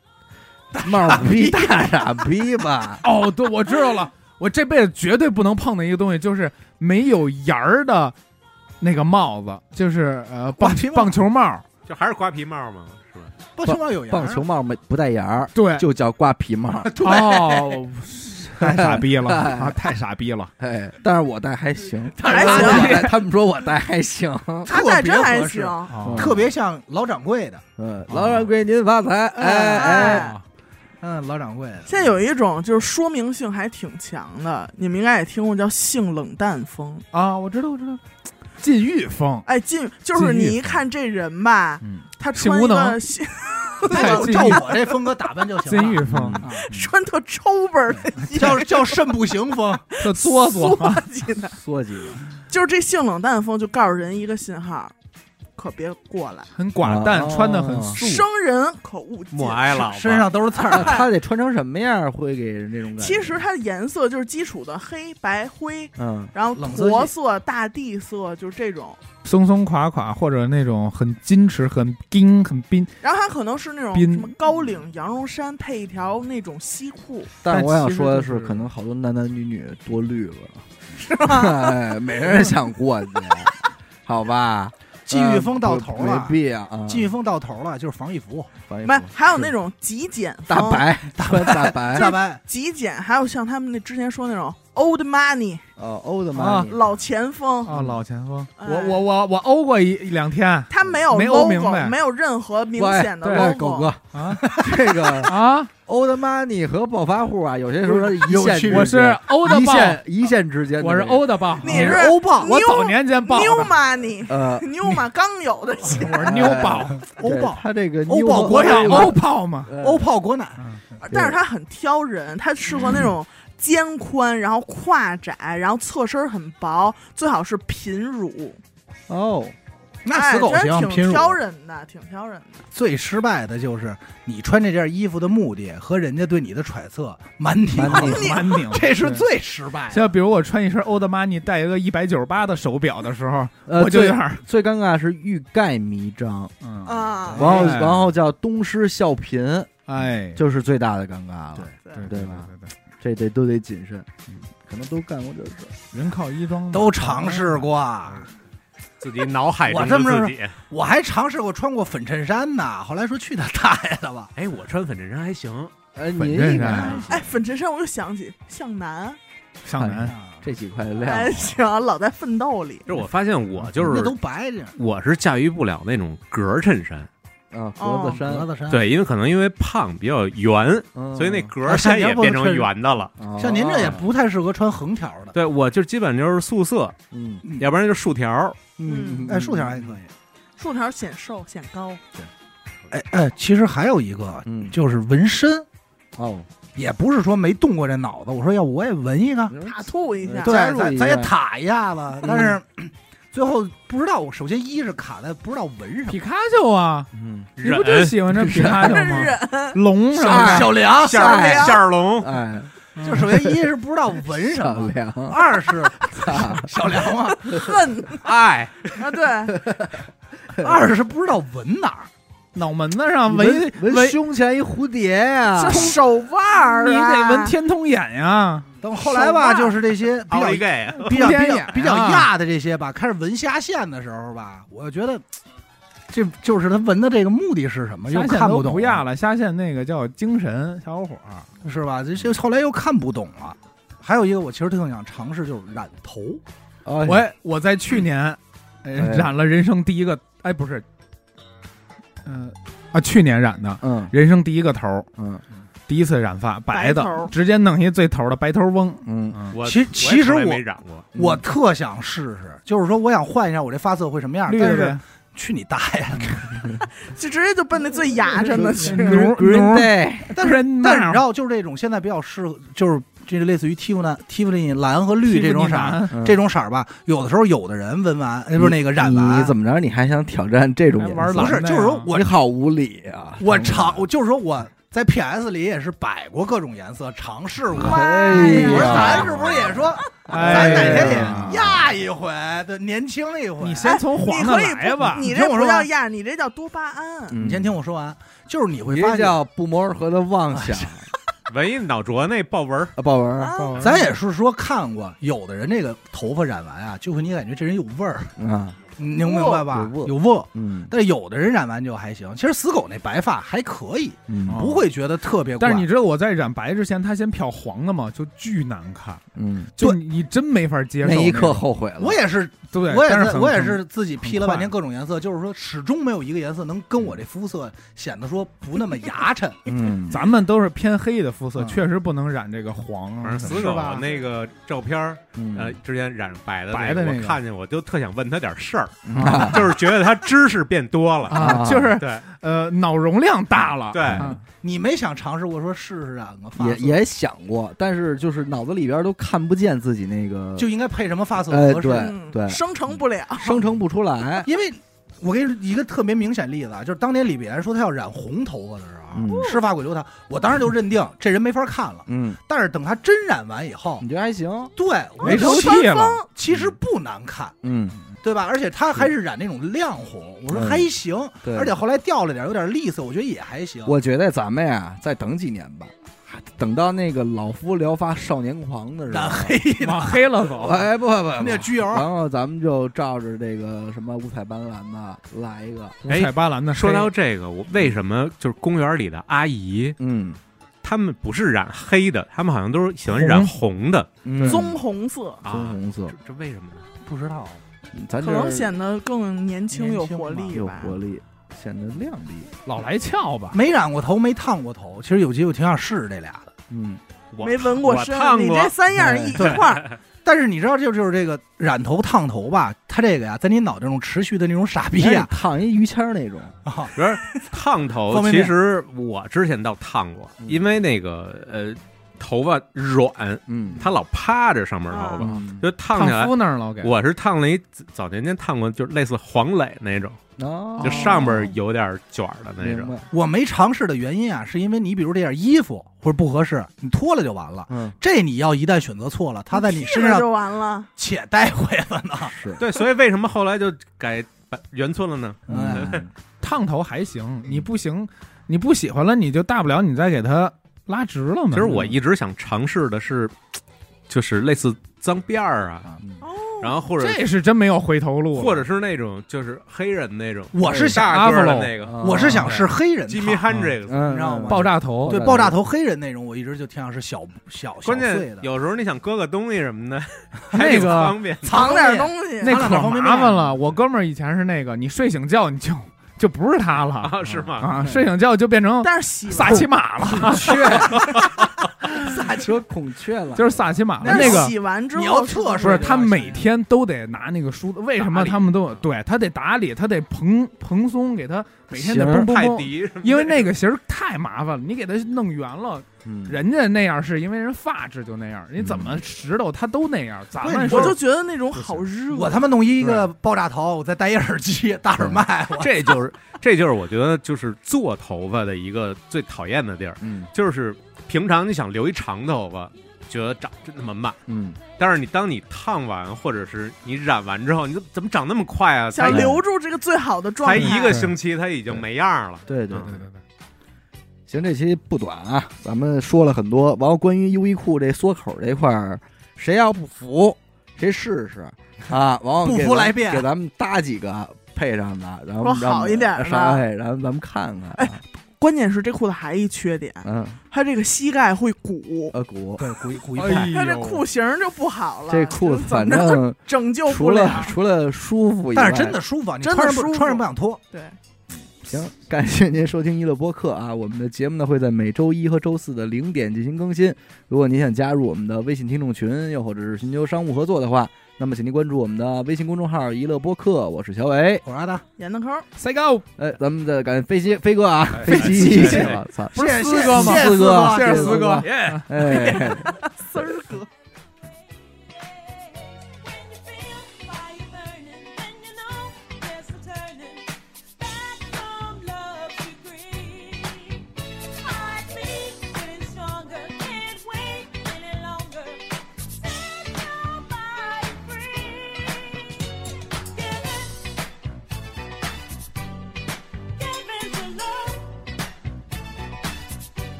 帽逼大傻逼吧？
哦，对，我知道了，我这辈子绝对不能碰的一个东西就是没有檐儿的那个帽子，就是呃棒
瓜皮帽
棒球帽。
就还是瓜皮帽嘛，是吧？
棒球帽有檐儿
哎
棒球帽没不带檐儿，
对，
就叫挂皮帽。
哦，太傻逼了啊！太傻逼了！
哎，但是我戴还行，
还行，
他们说我戴还行。
他
特
那
别
真还
合适
行，，
哦
特别像老掌柜的，
嗯，老掌柜您发财，哎哎，
哎
嗯，老掌柜的。
现在有一种就是说明性还挺强的，你们应该也听过叫性冷淡风。
啊，我知道，我知道，禁欲风，
哎，进就是
禁欲
你一看这人吧，
嗯，
他
性
穿
无
一
能
个西
那就
禁
照
欲
我这风格打扮就行
禁
了。
欲风，
嗯
穿特抽本儿的衣 服，
叫叫肾不行风，
这哆 嗦啊，
唧的，
缩几个，
就是这性冷淡风就告诉人一个信号，可别过来，
很寡淡，
哦
穿的很素，
生人可勿近。
默
哎
哀了，
身上都是刺
那
儿。
他得穿成什么样会给人这种感觉？
其实，它的颜色就是基础的黑白灰，
嗯，
然后
冷色系
驼色、大地色，就是这种。
松松垮垮，或者那种很矜持、很冰、很冰，
然后它可能是那种
宾
什么高领羊绒衫配一条那种西裤，
但是我想说的
但其实
是，
就是
可能好多男男女女多虑了，是吧？哎，每个人想过去，好吧？
禁欲风到头
呃
了
没，必要啊。
禁欲风到头了，就是防疫服，
防疫
没
服
还有那种极简风
大白，穿大
大
白，
白
极简，还有像他们那之前说那种 old money
哦，欧的
啊
妈，
老钱风，
啊，老前锋，
哎
我我我我欧过一一两天
它没有
没欧
logo，
明白
有任何明显的
喂喂
logo。
哎狗哥，
啊
这 个
啊，
欧的 money 和暴发户啊，有些时候它是一
有
线
区
之
别
间，
我是欧的
一
报，
线一线之间的
我
这
是
个，
欧的报，
你
我
是
欧报，我
new-
早年间报
New
的，
money，
呃，
New 嘛，刚有的钱，
我是妞报，
欧
对
爆
他这个
欧
妞
爆
和
国
我
产
是欧炮嘛，
呃
欧泡果
哎
奶，
但是它很挑人，它适合那种肩宽，然后胯窄，然后侧身很薄，最好是贫乳。
哦，
那死狗
哎真
行，贫
挺
乳。
挑人的，挺挑人的。
最失败的就是你穿这件衣服的目的和人家对你的揣测蛮挺，
蛮挺
蛮拧，
这是最失败的。
像比如我穿一身欧的 money，戴一个一百九十八的手表的时候，
呃，
我就有
最
点儿，
最尴尬是欲盖弥彰，
嗯，
啊，
然后
哎
然后叫东施效颦，
哎，
就是最大的尴尬了。
对
对
对
对
吧
对对，
这得都得谨慎
嗯，
可能都干过这事儿。
人靠衣装嘛
都尝试过，
自己脑海中
我这么
的自己。
我还尝试过穿过粉衬衫呢。后来说去他大爷的吧！
哎，我穿粉衬衫还行，
哎，
本
你
身
应
上
该
啊
哎，粉衬衫我又想起向南，
上南，
这几块
还
料，
哎
行，老在奋斗里。
就是我发现我就
那
是
都白着，
我是驾驭不了那种格衬衫，
啊，格子
哦格
衫，
子衫。，
对，因为可能因为胖比较圆，
嗯
所以那格衫也变成圆的了。
哦
像您这也不太适合穿横条的。
对，我就基本就是素色，
嗯
要不然就是竖条。
嗯，
哎，竖条还可以。
竖条显瘦显高，
哎哎，其实还有一个
嗯
就是纹身，
哦，
也不是说没动过这脑子。我说要不我也纹一个，
塔兔一下。
嗯对加
对，
入一下
咱咱也塔一下子。但是最后不知道，我首先一是卡在不知道纹什
皮
么，
卡丘啊，
嗯，
你不就
忍
喜欢这皮卡丘
真
吗？
忍，
龙什么的，
小梁
馅儿
哎
馅儿龙，
哎，
嗯
就首先一是不知道纹什
漂
么，
亮，
二是小梁
啊
嘛，
恨
哎，
啊！对，
二是不知道纹哪儿。
脑门子上
纹
纹
纹胸前一蝴蝶呀
这，手腕儿啊，
你得纹天通眼呀，
等后来吧，
手腕
就是这些比
奥
较
利给，
比较
空
比
天眼
较
哦啊
比较亚的这些吧，开始纹虾线的时候吧，我觉得这就是他纹的这个目的是什么，又
虾线
看
都
懂
不压了，虾线那个叫精神小伙儿，
是吧？这这后来又看不懂了。还有一个，我其实特想尝试就是染头，
哎
我也我在去年哎
哎
染了人生第一个，哎不是，呃啊去年染的，
嗯
人生第一个头儿，
嗯
第一次染发白
白头
的，直接弄一最头的白头翁，
嗯，
嗯，
我
其
我也
其实
从来
我
没染过，
我特想试试，就是说我想换一下我这发色会什
啊
么样，
绿
但
的
是
呗，
去你大爷！
就直接就奔那最牙碜 的去。
牛
Green
牛
Day，
嗯
但是
是
但是你知道，就是这种现在比较适合，就是这类似于蒂芙尼蒂芙尼蓝和绿这种色儿，这种色儿吧，有的时候有的人纹完，哎，不是那个染完，
你怎么着？你还想挑战这种
还
颜
玩
色
不是？
蓝的呀
就是说我
你好无理啊！
我尝，我就是说我在 PS 里也是摆过各种颜色，尝试过。
哎
我说咱
呀，
是不是也说，
哎
咱
呀
哪天也压一回，对，年轻一回。
你先从
哎你
黄的
可以
来吧
不，你
你
这
听我
不
说
叫
吧
亚，你这叫多巴胺。
你
你哎先听我说完，就是你会
嗯你
发啊
这
现，
叫不谋而合的妄想
纹一脑浊那豹纹儿，
啊，豹纹儿
啊
咱也是说看过，有的人这个头发染完啊，就会你感觉这人有味儿，
啊，
你能明白吧？
有痦
有痦，
嗯
但是有的人染完就还行。其实死狗那白发还可以，
嗯
哦
不会觉得特别怪。
但是你知道我在染白之前，他先漂黄的嘛，就巨难看，
嗯，
就
对
你你真没法接受
那一刻
种
后悔了，
我也是，
对，
我也
但
是，
很
我也
很
是自己 P 了
很快
半天各种颜色，就是说始终没有一个颜色能跟我这肤色显得说不 那么牙碜。
嗯，
咱们都是偏黑的肤色，
嗯
确实不能染这个黄啊。
反正
什
死
么
狗
是吧
那个照片儿，呃，
嗯
之前染白的
白的那
我
个
看见我就特想问他点事儿，
啊
就是觉得他知识变多 了。
啊，
啊
就是
对
呃脑容量大了。
对
嗯
啊
你没想尝试过说试试染个哎发
也
色，
也想过，但是就是脑子里边都看不见自己那个，
就应该配什么发色
哎
合适？
对
嗯生成不了，
生成不出 来。
因为我给你一个特别明显例子啊，就是当年李别说他要染红头发的时候啊，
嗯
施发鬼留堂，我当时就认定这人没法看了。
嗯，
但是等他真染完以后
你，觉得还行？
对，
没
我
头
说
气
他
了，
其实不难看，
嗯，
对吧？而且他还是染那种亮红，我说
嗯
还行，
对。
而且后来掉了点，有点利索，我觉得也还行。
我觉得咱们呀，再等几年吧，等到那个老夫聊发少年狂的时
染
候，
黑 的，
往黑了走。
哎不不不
那
不。
焗油，
然后咱们就照着这个什么五彩斑斓的来一个，
五彩斑斓的黑，
说到这个，我为什么就是公园里的阿姨，
嗯，
她们不是染黑的，她们好像都是喜欢染红的
嗯
棕红色，
棕
啊？
红色
这，这为什么呢？
不知道，
嗯咱
可
这
能显得更年轻有
年轻
活力
有
吧。
活力，显得靓丽。
老来俏吧？
没染过头，没烫过头。其实有机会挺想试试这俩的。
嗯，
我
没闻过
我
身，
烫
你
过
这三
哎
样一一块儿，
但是你知道，就就是这个染头烫头吧，它这个呀，在你脑袋中持续的那种傻逼啊
哎
呀，
烫一于谦儿那种，
啊，
不是烫头
方，便
其
面
实我之前倒烫过，
嗯
因为那个呃头发软，
嗯，
它老趴着上面头发，
嗯
就烫
烫
起来。
夫那儿了，给
我是烫了一早年间烫过，就是类似黄磊那种，
哦
就上边有点卷儿的那
明
种。
白，
我没尝试的原因啊，是因为你比如这件衣服或者不合适，你脱了就完了。
嗯，
这你要一旦选择错了，它在你身
这
上
就完了。
且待会子呢。
是，
对，所以为什么后来就改白圆寸了呢？
嗯，
烫头还行，你不行，你不喜欢了，你就大不了你再给它拉直了嘛。
其实我一直想尝试的是，就是类似脏辫儿啊，
嗯
哦，
然后或者
这是真没有回头路了，
或者是那种就是黑人那种，
我是想，
大个儿的那个
哎
啊
我是想试黑人烫，
吉 米汉这个。
嗯，
你知道吗
爆炸头。
对
爆炸头
爆炸头黑人那种，我一直就挺想是小小小
关
碎
键
的，
有时候你想搁个东西什么的， 还
那
挺
个
方便。
藏点东西，
那
咱俩
可
那方便面
麻烦了，我哥们儿以前是那个，你睡醒觉你就就不是他了
啊，是吗？
啊，睡醒觉就变成
但是洗
萨
完
琪玛了，
孔雀，撒车孔雀了，
就是萨琪玛了
但
那
是
个。
洗完之后
你要测试
不
这
是，他
个
每天都得拿那个梳子，为什么他们都有？对他得打理，他得蓬蓬松，给他每天得
型儿
蹦蹦
泰
蹦，
迪什么的，
因为那个型儿太麻烦了，你给他弄圆了，
嗯
人家那样是因为人发质就那样，你怎么石头他都那样，咱
对
们
你
是
我就觉得那种好热，
我他妈弄一个爆炸头，我再戴一耳机，大耳
哎
麦， 我
这就是这就是我觉得就是做头发的一个最讨厌的地儿，
嗯
就是平常你想留一长头发，觉得长真他妈慢，
嗯，
但是你当你烫完或者是你染完之后，你怎么怎么长那么快啊？才
想留住这个最好的状
才
态。
一个星期，它已经没样了。
对对
嗯
对
对对对，
行，这期不短啊，咱们说了很多。完了，关于优衣库这缩口这块儿，谁要不服，谁试试啊？往
不服来辩
给咱们搭几个配上的，然后
说好一点的
啥？哎，然后咱们看看啊。
哎
关键是这裤子还一缺点，
嗯，
它这个膝盖会鼓，
呃，鼓
对，鼓一鼓一
哎
拍，
呦
它这裤型就不好了。
这裤子反正
拯救
除
不
了除了舒服以外，
但是真的舒服啊，你
哎真的
穿上
舒
不
服
穿上不想脱。
对，
行，感谢您收听娱乐播客啊！我们的节目呢会在每周一和周四的零点进行更新。如果您想加入我们的微信听众群，又或者是寻求商务合作的话，那么请您关注我们的微信公众号“娱乐播客”，我是小伟。
我说啊阿达，
严的抠。
塞高
哎，咱们的感谢飞机飞哥啊，
哎
飞
机
机，我操，
不是
谢谢
四哥吗
谢谢
四哥
谢谢
四哥
四哥，
耶，
哎，
丝儿哥，